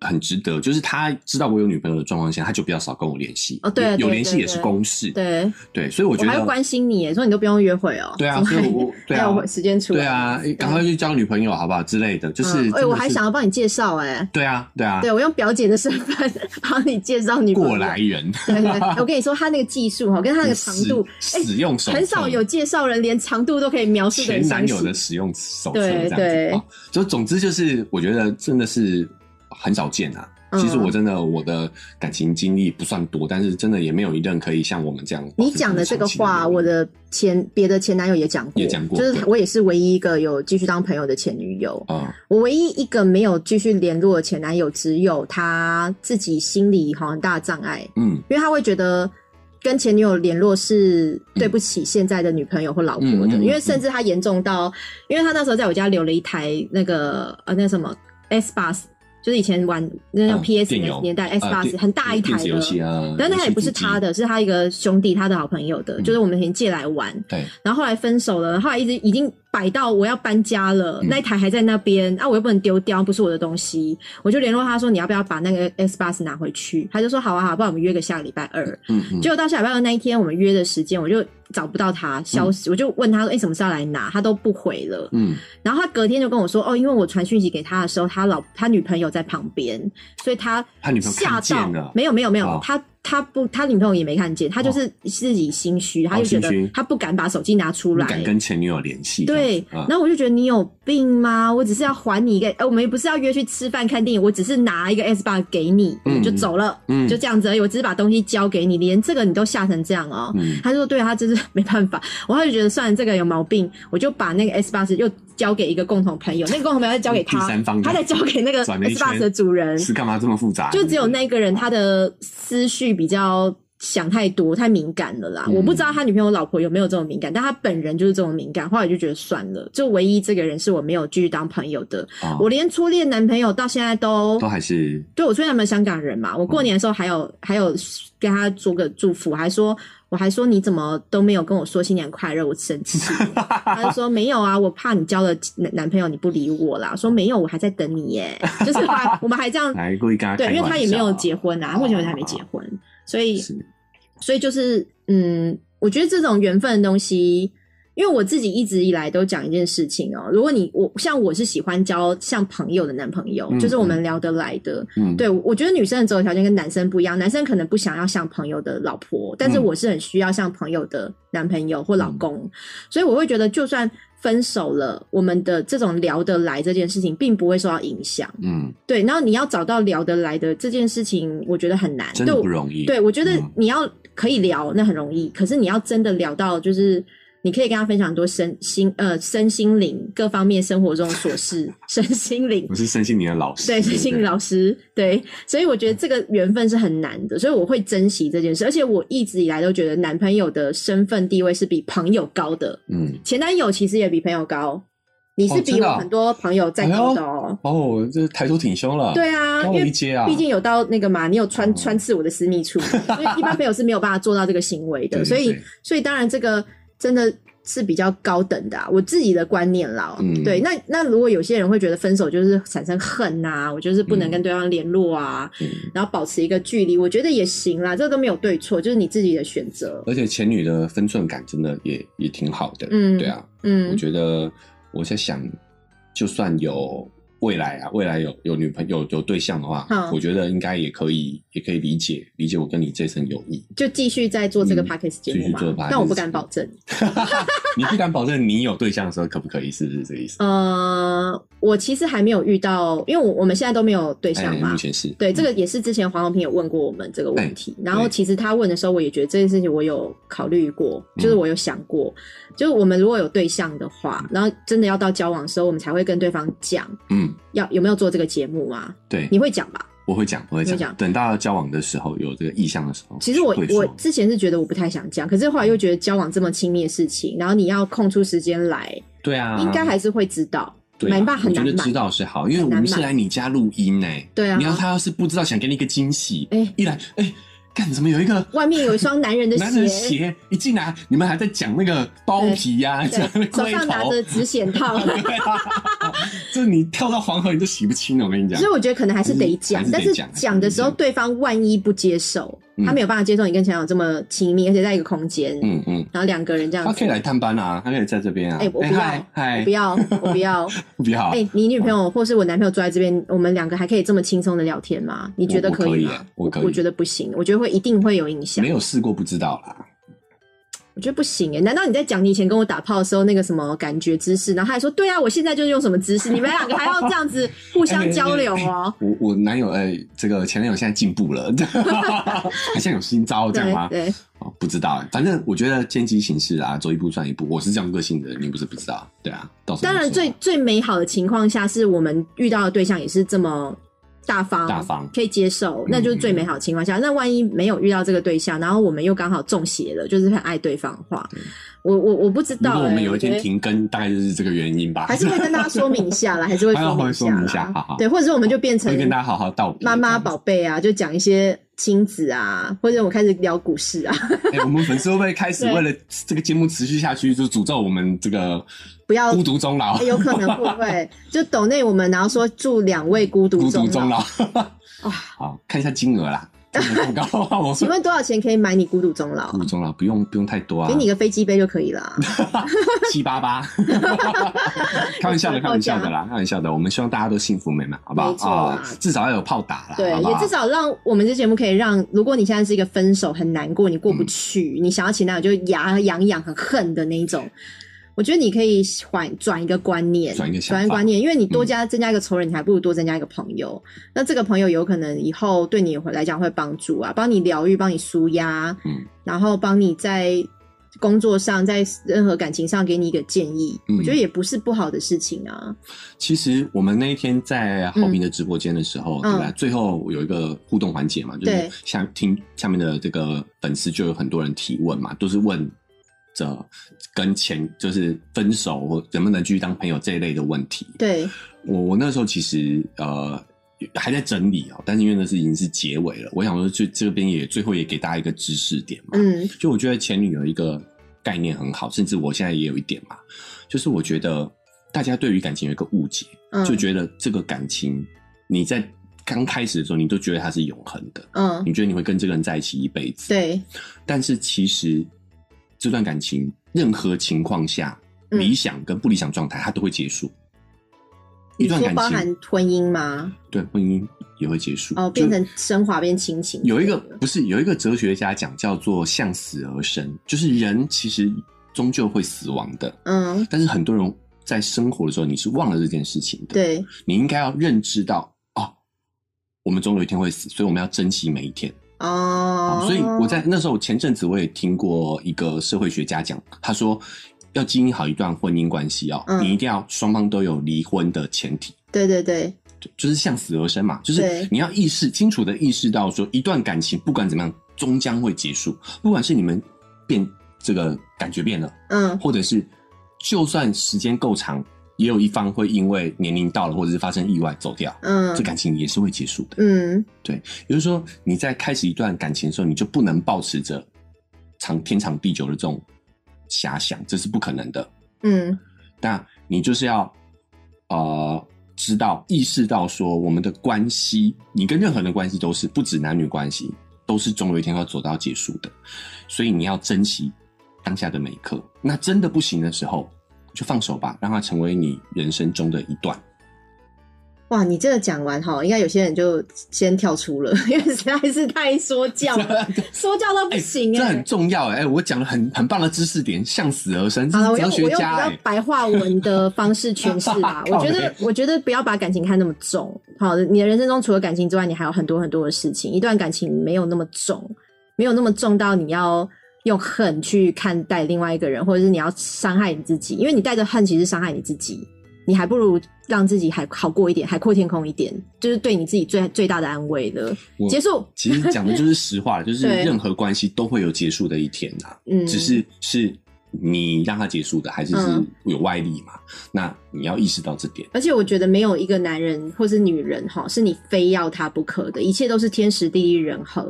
Speaker 2: 很值得，就是他知道我有女朋友的状况下，他就比较少跟我联系。
Speaker 1: 哦对啊
Speaker 2: 有有
Speaker 1: 对
Speaker 2: 联系
Speaker 1: 对
Speaker 2: 也是
Speaker 1: 对
Speaker 2: 公事。
Speaker 1: 对，
Speaker 2: 对，所以我觉
Speaker 1: 我还要
Speaker 2: 得
Speaker 1: 关心你耶，说你都不用约会哦，
Speaker 2: 对啊，
Speaker 1: 怎么
Speaker 2: 所以
Speaker 1: 还
Speaker 2: 我对
Speaker 1: 还
Speaker 2: 啊
Speaker 1: 有时间出来，
Speaker 2: 对啊，
Speaker 1: 嗯
Speaker 2: 赶快去交女朋友好不好之类的，就是
Speaker 1: 嗯
Speaker 2: 真
Speaker 1: 哎、
Speaker 2: 的
Speaker 1: 我还
Speaker 2: 是
Speaker 1: 想要帮你介绍哎，
Speaker 2: 对啊对啊
Speaker 1: 对我用表姐的身份 帮你介绍女朋友
Speaker 2: 过来。人，
Speaker 1: 对对对，我跟你说，他那个技术哈，跟他那个长度，
Speaker 2: 使
Speaker 1: 哎、
Speaker 2: 使用手册
Speaker 1: 很少有介绍人连长度都可以描述的
Speaker 2: 前
Speaker 1: 很
Speaker 2: 男
Speaker 1: 详
Speaker 2: 友
Speaker 1: 细
Speaker 2: 的。使用手册
Speaker 1: 对
Speaker 2: 这样
Speaker 1: 对
Speaker 2: 子啊。就总之就是，我觉得真的是很少见啊。
Speaker 1: 嗯
Speaker 2: 其实我真的我的感情经历不算多，但是真的也没有一任可以像我们这样。
Speaker 1: 你讲的这个话，我的前别的前男友也讲过，
Speaker 2: 也讲过
Speaker 1: 就是
Speaker 2: 对
Speaker 1: 我也是唯一一个有继续当朋友的前女友。
Speaker 2: 啊、
Speaker 1: 我唯一一个没有继续联络的前男友，只有他自己心里好像很大的障碍，
Speaker 2: 嗯
Speaker 1: 因为他会觉得跟前女友联络是对不起现在的女朋友或老婆的，
Speaker 2: 嗯嗯嗯
Speaker 1: 因为甚至他严重到，因为他那时候在我家留了一台那个呃那什么 S bus，就是以前玩那叫
Speaker 2: 嗯
Speaker 1: PS
Speaker 2: 电
Speaker 1: 那
Speaker 2: 游
Speaker 1: 年代 S
Speaker 2: 嗯，啊
Speaker 1: bus、
Speaker 2: 电
Speaker 1: 很大一台
Speaker 2: 电子游戏
Speaker 1: 的。
Speaker 2: 啊，
Speaker 1: 但那台
Speaker 2: 游戏
Speaker 1: 也不
Speaker 2: 主
Speaker 1: 是
Speaker 2: 机
Speaker 1: 他，的，是他一个兄弟，他的好朋友的，
Speaker 2: 嗯
Speaker 1: 就是我们以前借来玩，
Speaker 2: 对，
Speaker 1: 然后后来分手了，后来一直已经摆到我要搬家了，
Speaker 2: 嗯
Speaker 1: 那一台还在那边，啊，我又不能丢掉，不是我的东西，我就联络他说你要不要把那个 S bus 拿回去，他就说好啊好啊，不然我们约个下个礼拜二，
Speaker 2: 嗯嗯，
Speaker 1: 结果到下礼拜二那一天，我们约的时间，我就找不到他消息，我就问他说：“哎、什么时候来拿？”他都不回了。
Speaker 2: 嗯
Speaker 1: 然后他隔天就跟我说：“哦，因为我传讯息给他的时候，他老他女朋友在旁边，所以他
Speaker 2: 他女朋友
Speaker 1: 吓
Speaker 2: 看
Speaker 1: 到
Speaker 2: 见了，
Speaker 1: 没有没有没有，
Speaker 2: 哦
Speaker 1: 他他不他女朋友也没看见，他就是自己心虚，他就觉
Speaker 2: 哦心
Speaker 1: 得
Speaker 2: 虚
Speaker 1: 他不敢把手机拿出
Speaker 2: 不
Speaker 1: 来。”
Speaker 2: 敢跟前女友联系，
Speaker 1: 对，
Speaker 2: 这样子啊
Speaker 1: 然后我就觉得你有病吗？我只是要还你一个，哎、我们也不是要约去吃饭看电影，我只是拿一个 S bar 给你，
Speaker 2: 嗯
Speaker 1: 你就走了，
Speaker 2: 嗯
Speaker 1: 就这样子而已。我只是把东西交给你，连这个你都吓成这样哦、
Speaker 2: 嗯
Speaker 1: 他就说：“对啊，他真是没办法。”我后来就觉得，算了，这个有毛病，我就把那个 S bus 又交给一个共同朋友，那个共同朋友再交给
Speaker 2: 第
Speaker 1: 他，
Speaker 2: 三方的
Speaker 1: 他再交给那个 S
Speaker 2: 转了一圈
Speaker 1: bus 的主人
Speaker 2: 嗯，是干嘛这么复杂？
Speaker 1: 就只有那一个人他的思绪比较想太多，太敏感了啦。
Speaker 2: 嗯
Speaker 1: 我不知道他女朋友、老婆有没有这种敏感，但他本人就是这种敏感。后来我就觉得算了，就唯一这个人是我没有继续当朋友的。
Speaker 2: 啊
Speaker 1: 我连初恋男朋友到现在都
Speaker 2: 都还是
Speaker 1: 对我虽然没有香港人嘛，我
Speaker 2: 嗯
Speaker 1: 过年的时候还有、还有跟他做个祝福，还说我还说你怎么都没有跟我说新年快乐，我生气。他就说没有啊，我怕你交了男男朋友你不理我啦。说没有，我还在等你耶。 就是我还我们还这样
Speaker 2: 来故意跟他
Speaker 1: 对，
Speaker 2: 开
Speaker 1: 因为
Speaker 2: 玩
Speaker 1: 他也没
Speaker 2: 笑
Speaker 1: 有
Speaker 2: 啊
Speaker 1: 结婚啊，目前为止还没结婚，所以
Speaker 2: 是
Speaker 1: 所以就是嗯，我觉得这种缘分的东西，因为我自己一直以来都讲一件事情哦，如果你我像我是喜欢交像朋友的男朋友，
Speaker 2: 嗯
Speaker 1: 就是我们聊得来的。
Speaker 2: 嗯
Speaker 1: 对，我觉得女生的择偶条件跟男生不一样，男生可能不想要像朋友的老婆，但是
Speaker 2: 嗯
Speaker 1: 我是很需要像朋友的男朋友或老公，所以我会觉得就算。分手了，我们的这种聊得来这件事情，并不会受到影响。
Speaker 2: 嗯
Speaker 1: 对，然后你要找到聊得来的这件事情，我觉得很难，
Speaker 2: 真的
Speaker 1: 对我
Speaker 2: 不容易
Speaker 1: 对，我觉得
Speaker 2: 嗯
Speaker 1: 你要可以聊，那很容易，可是你要真的聊到，就是你可以跟他分享很多身心呃身心灵各方面生活中的琐事， 身心灵
Speaker 2: 我是身心灵的老师，
Speaker 1: 对，
Speaker 2: 不
Speaker 1: 是心理老师，对，所以我觉得这个缘分是很难的，所以我会珍惜这件事，而且我一直以来都觉得男朋友的身份地位是比朋友高的，
Speaker 2: 嗯，
Speaker 1: 前男友其实也比朋友高，你是
Speaker 2: 哦
Speaker 1: 比
Speaker 2: 真的
Speaker 1: 我
Speaker 2: 啊
Speaker 1: 很多朋友在高的
Speaker 2: 哎
Speaker 1: 哦。
Speaker 2: 哦，这抬头挺胸了，
Speaker 1: 对啊，
Speaker 2: 高
Speaker 1: 因
Speaker 2: 了一
Speaker 1: 为
Speaker 2: 阶啊，
Speaker 1: 毕竟有到那个嘛，你有穿
Speaker 2: 哦
Speaker 1: 穿刺我的私密处，因为一般朋友是没有办法做到这个行为的，
Speaker 2: 对对
Speaker 1: 所以
Speaker 2: 对
Speaker 1: 所以当然这个真的是比较高等的、啊，我自己的观念啦。
Speaker 2: 嗯
Speaker 1: 对，那那如果有些人会觉得分手就是产生恨呐、我就是不能
Speaker 2: 嗯
Speaker 1: 跟对方联络啊，
Speaker 2: 嗯
Speaker 1: 然后保持一个距离，我觉得也行啦，这个都没有对错，就是你自己的选择。
Speaker 2: 而且前女的分寸感真的也也挺好的，
Speaker 1: 嗯
Speaker 2: 对啊，我
Speaker 1: 嗯，
Speaker 2: 觉得我在想，就算有未来啊，未来有有女朋友有对象的话
Speaker 1: 好，
Speaker 2: 我觉得应该也可以，也可以理解理解我跟你这层友谊，
Speaker 1: 就继续在做这个
Speaker 2: 嗯
Speaker 1: podcast 节目
Speaker 2: 继续做
Speaker 1: 嘛
Speaker 2: podcast，
Speaker 1: 但我不敢保证。
Speaker 2: 你不敢保证你有对象的时候可不可以，是不是这个意
Speaker 1: 嗯
Speaker 2: 思？
Speaker 1: 呃，我其实还没有遇到，因为我我们现在都没有对象
Speaker 2: 哎，
Speaker 1: 嘛
Speaker 2: 目，前是
Speaker 1: 对，这
Speaker 2: 个
Speaker 1: 个也是之前黄宏平有问过我们这个问题，然后
Speaker 2: 对
Speaker 1: 其实他问的时候，我也觉得这件事情我有考虑过，
Speaker 2: 嗯
Speaker 1: 就是我有想过，就是我们如果有对象的话，然后真的要到交往的时候，我们才会跟对方讲
Speaker 2: 嗯，
Speaker 1: 要有没有做这个节目啊，
Speaker 2: 对
Speaker 1: 你，会讲吧？
Speaker 2: 我会讲，我会
Speaker 1: 你会
Speaker 2: 讲
Speaker 1: 讲，
Speaker 2: 等到交往的时候有这个意向的时候，
Speaker 1: 其实我
Speaker 2: 会说嗯
Speaker 1: 我之前是觉得我不太想讲，可是后来又觉得交往这么亲密的事情，然后你要空出时间来，
Speaker 2: 对啊，
Speaker 1: 应该还是会知道，
Speaker 2: 对
Speaker 1: 买
Speaker 2: 啊
Speaker 1: 吧很
Speaker 2: 我觉
Speaker 1: 难
Speaker 2: 得
Speaker 1: 买
Speaker 2: 知道是好，因为
Speaker 1: 很
Speaker 2: 我
Speaker 1: 难
Speaker 2: 们是
Speaker 1: 买
Speaker 2: 来你家录音呢、
Speaker 1: 对啊
Speaker 2: 你要他要是不知道，想给你一个惊喜，
Speaker 1: 哎
Speaker 2: 一来哎、干怎么有一个
Speaker 1: 外面有一双男人的
Speaker 2: 男人
Speaker 1: 鞋，
Speaker 2: 鞋一进来，你们还在讲那个包皮呀、
Speaker 1: 对
Speaker 2: 讲那个
Speaker 1: 手
Speaker 2: 龟
Speaker 1: 上拿
Speaker 2: 头，
Speaker 1: 着纸剪 套。
Speaker 2: 对啊，这你跳到黄河你都洗不清了，我跟你讲
Speaker 1: 所以。我觉得可能还是得讲
Speaker 2: 还，是
Speaker 1: 但
Speaker 2: 还
Speaker 1: 是
Speaker 2: 是得讲
Speaker 1: 讲的时候，对方万一不接受，
Speaker 2: 嗯
Speaker 1: 他没有办法接受你跟前男友这么亲密，而且在一个空间，
Speaker 2: 嗯嗯，
Speaker 1: 然后两个人这样
Speaker 2: 他
Speaker 1: 子，
Speaker 2: 可以来探班啊，他可以在这边啊。
Speaker 1: 哎我不要
Speaker 2: 嗨
Speaker 1: 我
Speaker 2: 嗨
Speaker 1: 不，要，我不 要。
Speaker 2: 不要，
Speaker 1: 哎、你女朋友或是我男朋友坐在这边，我们两个还可以这么轻松的聊天吗？你觉得
Speaker 2: 我我可
Speaker 1: 以
Speaker 2: 以
Speaker 1: 吗
Speaker 2: 啊？我可以嗯
Speaker 1: 我觉得不行，我觉得会一定会有影响
Speaker 2: 没。有试过不知道啦。
Speaker 1: 我觉得不行哎、难道你在讲你以前跟我打炮的时候那个什么感觉姿势，然后他还说对啊，我现在就是用什么姿势，你们两个还要这样子互
Speaker 2: 哎
Speaker 1: 相交流哦、
Speaker 2: 我我男友哎、这个前男友现在进步 了，好像有新招这样吗？
Speaker 1: 对对，
Speaker 2: 哦，不知道哎、反正我觉得见机行事啊，走一步算一步。我是这样个性的人，你不是不知道，对啊。到时候
Speaker 1: 当然
Speaker 2: 再说
Speaker 1: 最最美好的情况下，是我们遇到的对象也是这么大方，
Speaker 2: 大方嗯
Speaker 1: 可以接受，那就是最美好的情况下。那万一没有遇到这个对象，然后我们又刚好中邪了，就是很爱对方的话，我我我不知
Speaker 2: 嗯如
Speaker 1: 道、欸。
Speaker 2: 果我们有一
Speaker 1: 觉
Speaker 2: 天
Speaker 1: 得
Speaker 2: 停更，大概就是这个原因吧。
Speaker 1: 还 是会跟大家说明一下啦，还是会
Speaker 2: 还要哎会
Speaker 1: 说明
Speaker 2: 说明
Speaker 1: 一
Speaker 2: 一
Speaker 1: 下
Speaker 2: 下好
Speaker 1: 啦
Speaker 2: 好。
Speaker 1: 对，或者是我们就变成
Speaker 2: 会跟大家好好道别。
Speaker 1: 妈妈宝贝啊，就讲一些亲子啊，或者我开始聊股市啊，
Speaker 2: 这样子，哎、我们粉丝会不会开始
Speaker 1: 对
Speaker 2: 为了这个节目持续下去，就诅咒我们这个
Speaker 1: 不要
Speaker 2: 孤独终老
Speaker 1: 欸？有可能会不会就抖内我们，然后说祝两位孤独
Speaker 2: 孤
Speaker 1: 终
Speaker 2: 独终
Speaker 1: 老。哦
Speaker 2: 老。 好，看一下金额啦，金额够 高啊！我
Speaker 1: 请问多少钱可以买你孤独终老
Speaker 2: 孤？独终老不用不用太多啊，
Speaker 1: 给你个飞机杯就可以了啊。
Speaker 2: 七八八， 开玩笑的，开玩笑的啦，开玩笑的。我们希望大家都幸福美满，好不好？
Speaker 1: 没错啦
Speaker 2: 啊至少要有炮打啦，
Speaker 1: 对，
Speaker 2: 好不好
Speaker 1: 也至少让我们这节目可以让，如果你现在是一个分手很难过，你过不
Speaker 2: 嗯
Speaker 1: 去，你想要前男友就牙痒痒、很恨的那一种，我觉得你可以转转一个观念，
Speaker 2: 转一个想法嗯
Speaker 1: 观念，因为你多加增加一个仇人，你还不如多增加一个朋友。那这个朋友有可能以后对你来讲会帮助啊，帮你疗愈，帮你舒压，
Speaker 2: 嗯，
Speaker 1: 然后帮你在。工作上，在任何感情上给你一个建议，
Speaker 2: 嗯
Speaker 1: 我觉得也不是不好的事情啊。
Speaker 2: 其实我们那一天在好评的直播间的时候，
Speaker 1: 嗯
Speaker 2: 对吧？最后有一个互动环节嘛，就是
Speaker 1: 对
Speaker 2: 下听下面的这个粉丝就有很多人提问嘛，都是问这跟前就是分手或能不能继续当朋友这一类的问题。
Speaker 1: 对，
Speaker 2: 我我那时候其实呃还在整理哦、但是因为那是已经是结尾了，我想说就这边也最后也给大家一个知识点嘛，
Speaker 1: 嗯，
Speaker 2: 就我觉得前女友一个概念很好，甚至我现在也有一点嘛，就是我觉得大家对于感情有一个误解，
Speaker 1: 嗯
Speaker 2: 就觉得这个感情你在刚开始的时候，你都觉得它是永恒的，
Speaker 1: 嗯，
Speaker 2: 你觉得你会跟这个人在一起一辈子，
Speaker 1: 对，
Speaker 2: 但是其实这段感情任何情况下，
Speaker 1: 嗯
Speaker 2: 理想跟不理想状态它都会结束。一
Speaker 1: 你
Speaker 2: 段
Speaker 1: 说
Speaker 2: 感
Speaker 1: 包
Speaker 2: 情
Speaker 1: 含婚姻吗？
Speaker 2: 对，婚姻也会结束。
Speaker 1: 哦，
Speaker 2: 就
Speaker 1: 变成升华变亲情。
Speaker 2: 有一个不是有一个哲学家讲叫做向死而生，就是人其实终究会死亡的，
Speaker 1: 嗯，
Speaker 2: 但是很多人在生活的时候你是忘了这件事情的。，
Speaker 1: 对，
Speaker 2: 你应该要认知到哦，我们总有一天会死，所以我们要珍惜每一天。
Speaker 1: 哦
Speaker 2: 啊，所以我在那时候前阵子我也听过一个社会学家讲，他说要经营好一段婚姻关系哦，
Speaker 1: 嗯
Speaker 2: 你一定要双方都有离婚的前提。
Speaker 1: 对对对，
Speaker 2: 就就是向死而生嘛，就
Speaker 1: 对
Speaker 2: 是你要意识清楚的意识到说，一段感情不管怎么样，终将会结束，不管是你们变这个感觉变了，
Speaker 1: 嗯
Speaker 2: 或者是就算时间够长，也有一方会因为年龄到了，或者是发生意外走掉，
Speaker 1: 嗯
Speaker 2: 这感情也是会结束的。
Speaker 1: 嗯，
Speaker 2: 也就是说，你在开始一段感情的时候，你就不能保持着长天长地久的这种遐想，这是不可能的。
Speaker 1: 嗯
Speaker 2: 那你就是要呃知道意识到说我们的关系，你跟任何人的关系都是，不止男女关系，都是总有一天要走到结束的，所以你要珍惜当下的每一刻。那真的不行的时候，就放手吧，让它成为你人生中的一段。
Speaker 1: 哇，你这个讲完哈，应该有些人就先跳出了， 因为实在是太说教 了，说教到不行
Speaker 2: 这
Speaker 1: 哎、
Speaker 2: 很重要哎、欸我讲了很很棒的知识点，向死而生，这
Speaker 1: 好了，
Speaker 2: 是
Speaker 1: 我用我
Speaker 2: 哲学
Speaker 1: 用比
Speaker 2: 家哎、。
Speaker 1: 较白话文的方式诠释啦 我觉
Speaker 2: 靠
Speaker 1: 得
Speaker 2: 北，
Speaker 1: 我觉得不要把感情看那么重。好，你的人生中除了感情之外，你还有很多很多的事情。一段感情没有那么重，没有那么重到你要用恨去看待另外一个人，或者是你要伤害你自己，因为你带着恨其实伤害你自己。你还不如让自己还好过一点，海阔天空一点，就是对你自己最最大的安慰了。
Speaker 2: 我
Speaker 1: 结束，
Speaker 2: 其实讲的就是实话，就是
Speaker 1: 对
Speaker 2: 任何关系都会有结束的一天啊。
Speaker 1: 嗯，
Speaker 2: 只是是你让它结束的，还是是
Speaker 1: 嗯
Speaker 2: 有外力嘛？那你要意识到这点。
Speaker 1: 而且我觉得没有一个男人或是女人哈，是你非要他不可的，一切都是天时地利人和。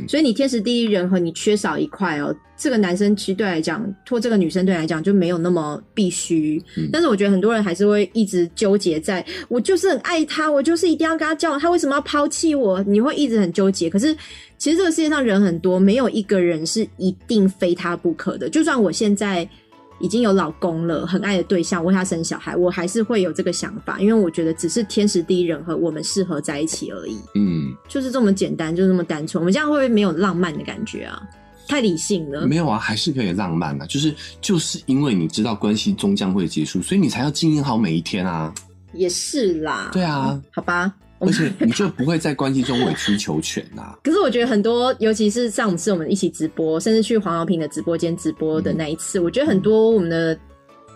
Speaker 2: 嗯
Speaker 1: 所以你天时地利人和，你缺少一块哦，这个男生其实对来讲，或这个女生对来讲就没有那么必须。
Speaker 2: 嗯
Speaker 1: 但是我觉得很多人还是会一直纠结在，我就是很爱他，我就是一定要跟他交往，他为什么要抛弃我？你会一直很纠结。可是其实这个世界上人很多，没有一个人是一定非他不可的。就算我现在已经有老公了，很爱的对象，为他生小孩，我还是会有这个想法，因为我觉得只是天时地利人和，我们适合在一起而已，
Speaker 2: 嗯，
Speaker 1: 就是这么简单，就是这么单纯。我们这样会不会没有浪漫的感觉啊？太理性了。
Speaker 2: 没有啊，还是可以浪漫啊。就是就是因为你知道关系终将会结束，所以你才要经营好每一天啊。
Speaker 1: 也是啦，
Speaker 2: 对啊，
Speaker 1: 好吧。我
Speaker 2: 而
Speaker 1: 们
Speaker 2: 且你就不会在关系中委曲求全啊。
Speaker 1: 可是我觉得很多，尤其是上次我们一起直播，甚至去黄瑶平的直播间直播的那一次，我觉得很多我们的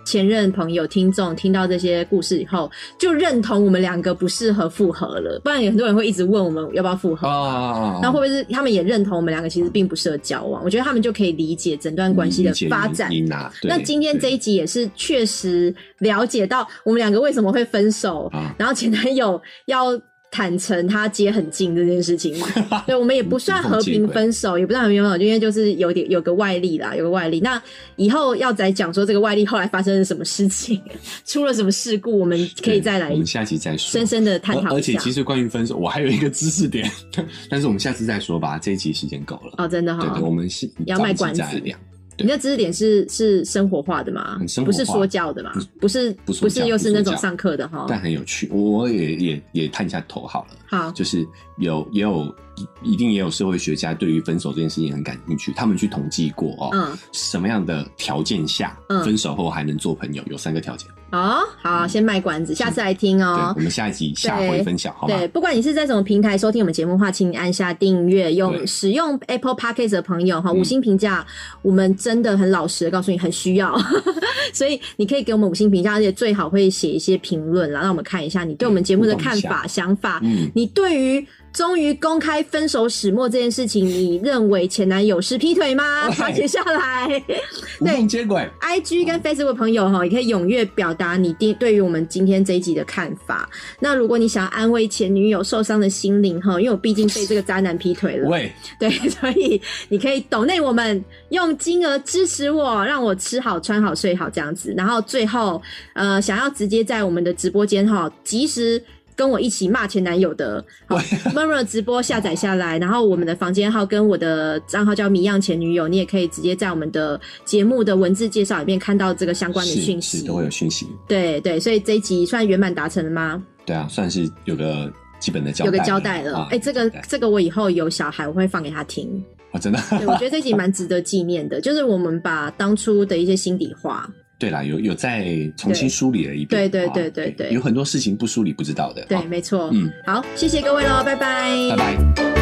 Speaker 1: 前任朋友、听众听到这些故事以后，就认同我们两个不适合复合了。不然有很多人会一直问我们要不要复合。
Speaker 2: 啊，
Speaker 1: 那会不会是他们也认同我们两个其实并不适合交往？我觉得他们就可以理解整段关系的
Speaker 2: 嗯理解
Speaker 1: 发展。
Speaker 2: 原因啊？对
Speaker 1: 那今天这一集也是确实了解到我们两个为什么会分手，
Speaker 2: 啊，
Speaker 1: 然后前男 友要坦诚他接很近这件事情， 对我们也不算和平分手，也不算和平分手，因为就是有点有个外力啦，有个外力。那以后要再讲说这个外力后来发生了什么事情， 出了什么事故，我们可以再
Speaker 2: 对
Speaker 1: 来
Speaker 2: 我们下集再说。
Speaker 1: 深深的探
Speaker 2: 而
Speaker 1: 讨
Speaker 2: 而
Speaker 1: 一
Speaker 2: 且
Speaker 1: 下
Speaker 2: 其。实关于分手，我还有一个知识点， 但是我们下次再说吧。这一集时间够了。
Speaker 1: 哦，真的哈、
Speaker 2: 对对，我们是
Speaker 1: 要卖关子
Speaker 2: 再来聊。对
Speaker 1: 你的知识点是是生活化的吗
Speaker 2: 很？生活
Speaker 1: 不
Speaker 2: 化
Speaker 1: 是说教的嘛？不是
Speaker 2: 不说教
Speaker 1: 是又是那
Speaker 2: 不说
Speaker 1: 种
Speaker 2: 教
Speaker 1: 上课的哈？
Speaker 2: 但很有趣，我也也也探一下头好了。
Speaker 1: 好，
Speaker 2: 就是有也有一定也有社会学家对于分手这件事情很感兴趣，他们去统计过哦，
Speaker 1: 嗯，
Speaker 2: 什么样的条件下、
Speaker 1: 嗯
Speaker 2: 分手后还能做朋友？有三个条件。
Speaker 1: 好好，先卖关子，下次来听哦、
Speaker 2: 对，我们下一集下回分享好吗？
Speaker 1: 对，不管你是在什么平台收听我们节目的话，请你按下订阅。用
Speaker 2: 对
Speaker 1: 使用 Apple Podcast 的朋友哈，
Speaker 2: 嗯
Speaker 1: 五星评价，我们真的很老实的告诉你，很需要， 所以你可以给我们五星评价，而且最好会写一些评论啦，让我们看一下你对我们节目的看
Speaker 2: 互动
Speaker 1: 法、想法。
Speaker 2: 嗯，
Speaker 1: 你对于终于公开分手始末这件事情，你认为前男友是劈腿吗？
Speaker 2: 对
Speaker 1: 把它写下来。
Speaker 2: 无缝接轨。
Speaker 1: I G 跟 Facebook 朋友哈，也可以踊跃表达你对对于我们今天这一集的看法。那如果你想要安慰前女友受伤的心灵哈，因为我毕竟被这个渣男劈腿了，
Speaker 2: 喂，
Speaker 1: 对，所以你可以抖内我们用金额支持我，让我吃好穿好睡好这样子。然后最后呃，想要直接在我们的直播间哈，及时。跟我一起骂前男友的， 好 m u r 直播下载下来，然后我们的房间号跟我的账号叫“谜样前女友”，你也可以直接在我们的节目的文字介绍里面看到这个相关的讯
Speaker 2: 是
Speaker 1: 息
Speaker 2: 是。都会有讯息。
Speaker 1: 对对，所以这一集算圆满达成了吗？
Speaker 2: 对啊，算是有个基本的交代
Speaker 1: 有
Speaker 2: 了，
Speaker 1: 个交代了。哎、
Speaker 2: 啊
Speaker 1: 这个
Speaker 2: 对
Speaker 1: 这个我以后有小孩我会放给他听。
Speaker 2: 啊，真的，
Speaker 1: 对，我觉得这集蛮值得纪念的，就是我们把当初的一些心底话，
Speaker 2: 对啦，有有再重新梳理了一遍。
Speaker 1: 对对
Speaker 2: 啊
Speaker 1: 对对对
Speaker 2: 有很多事情不梳理不知道的。
Speaker 1: 对，
Speaker 2: 啊
Speaker 1: 没错。
Speaker 2: 嗯，
Speaker 1: 好，谢谢各位喽，拜拜
Speaker 2: 拜拜。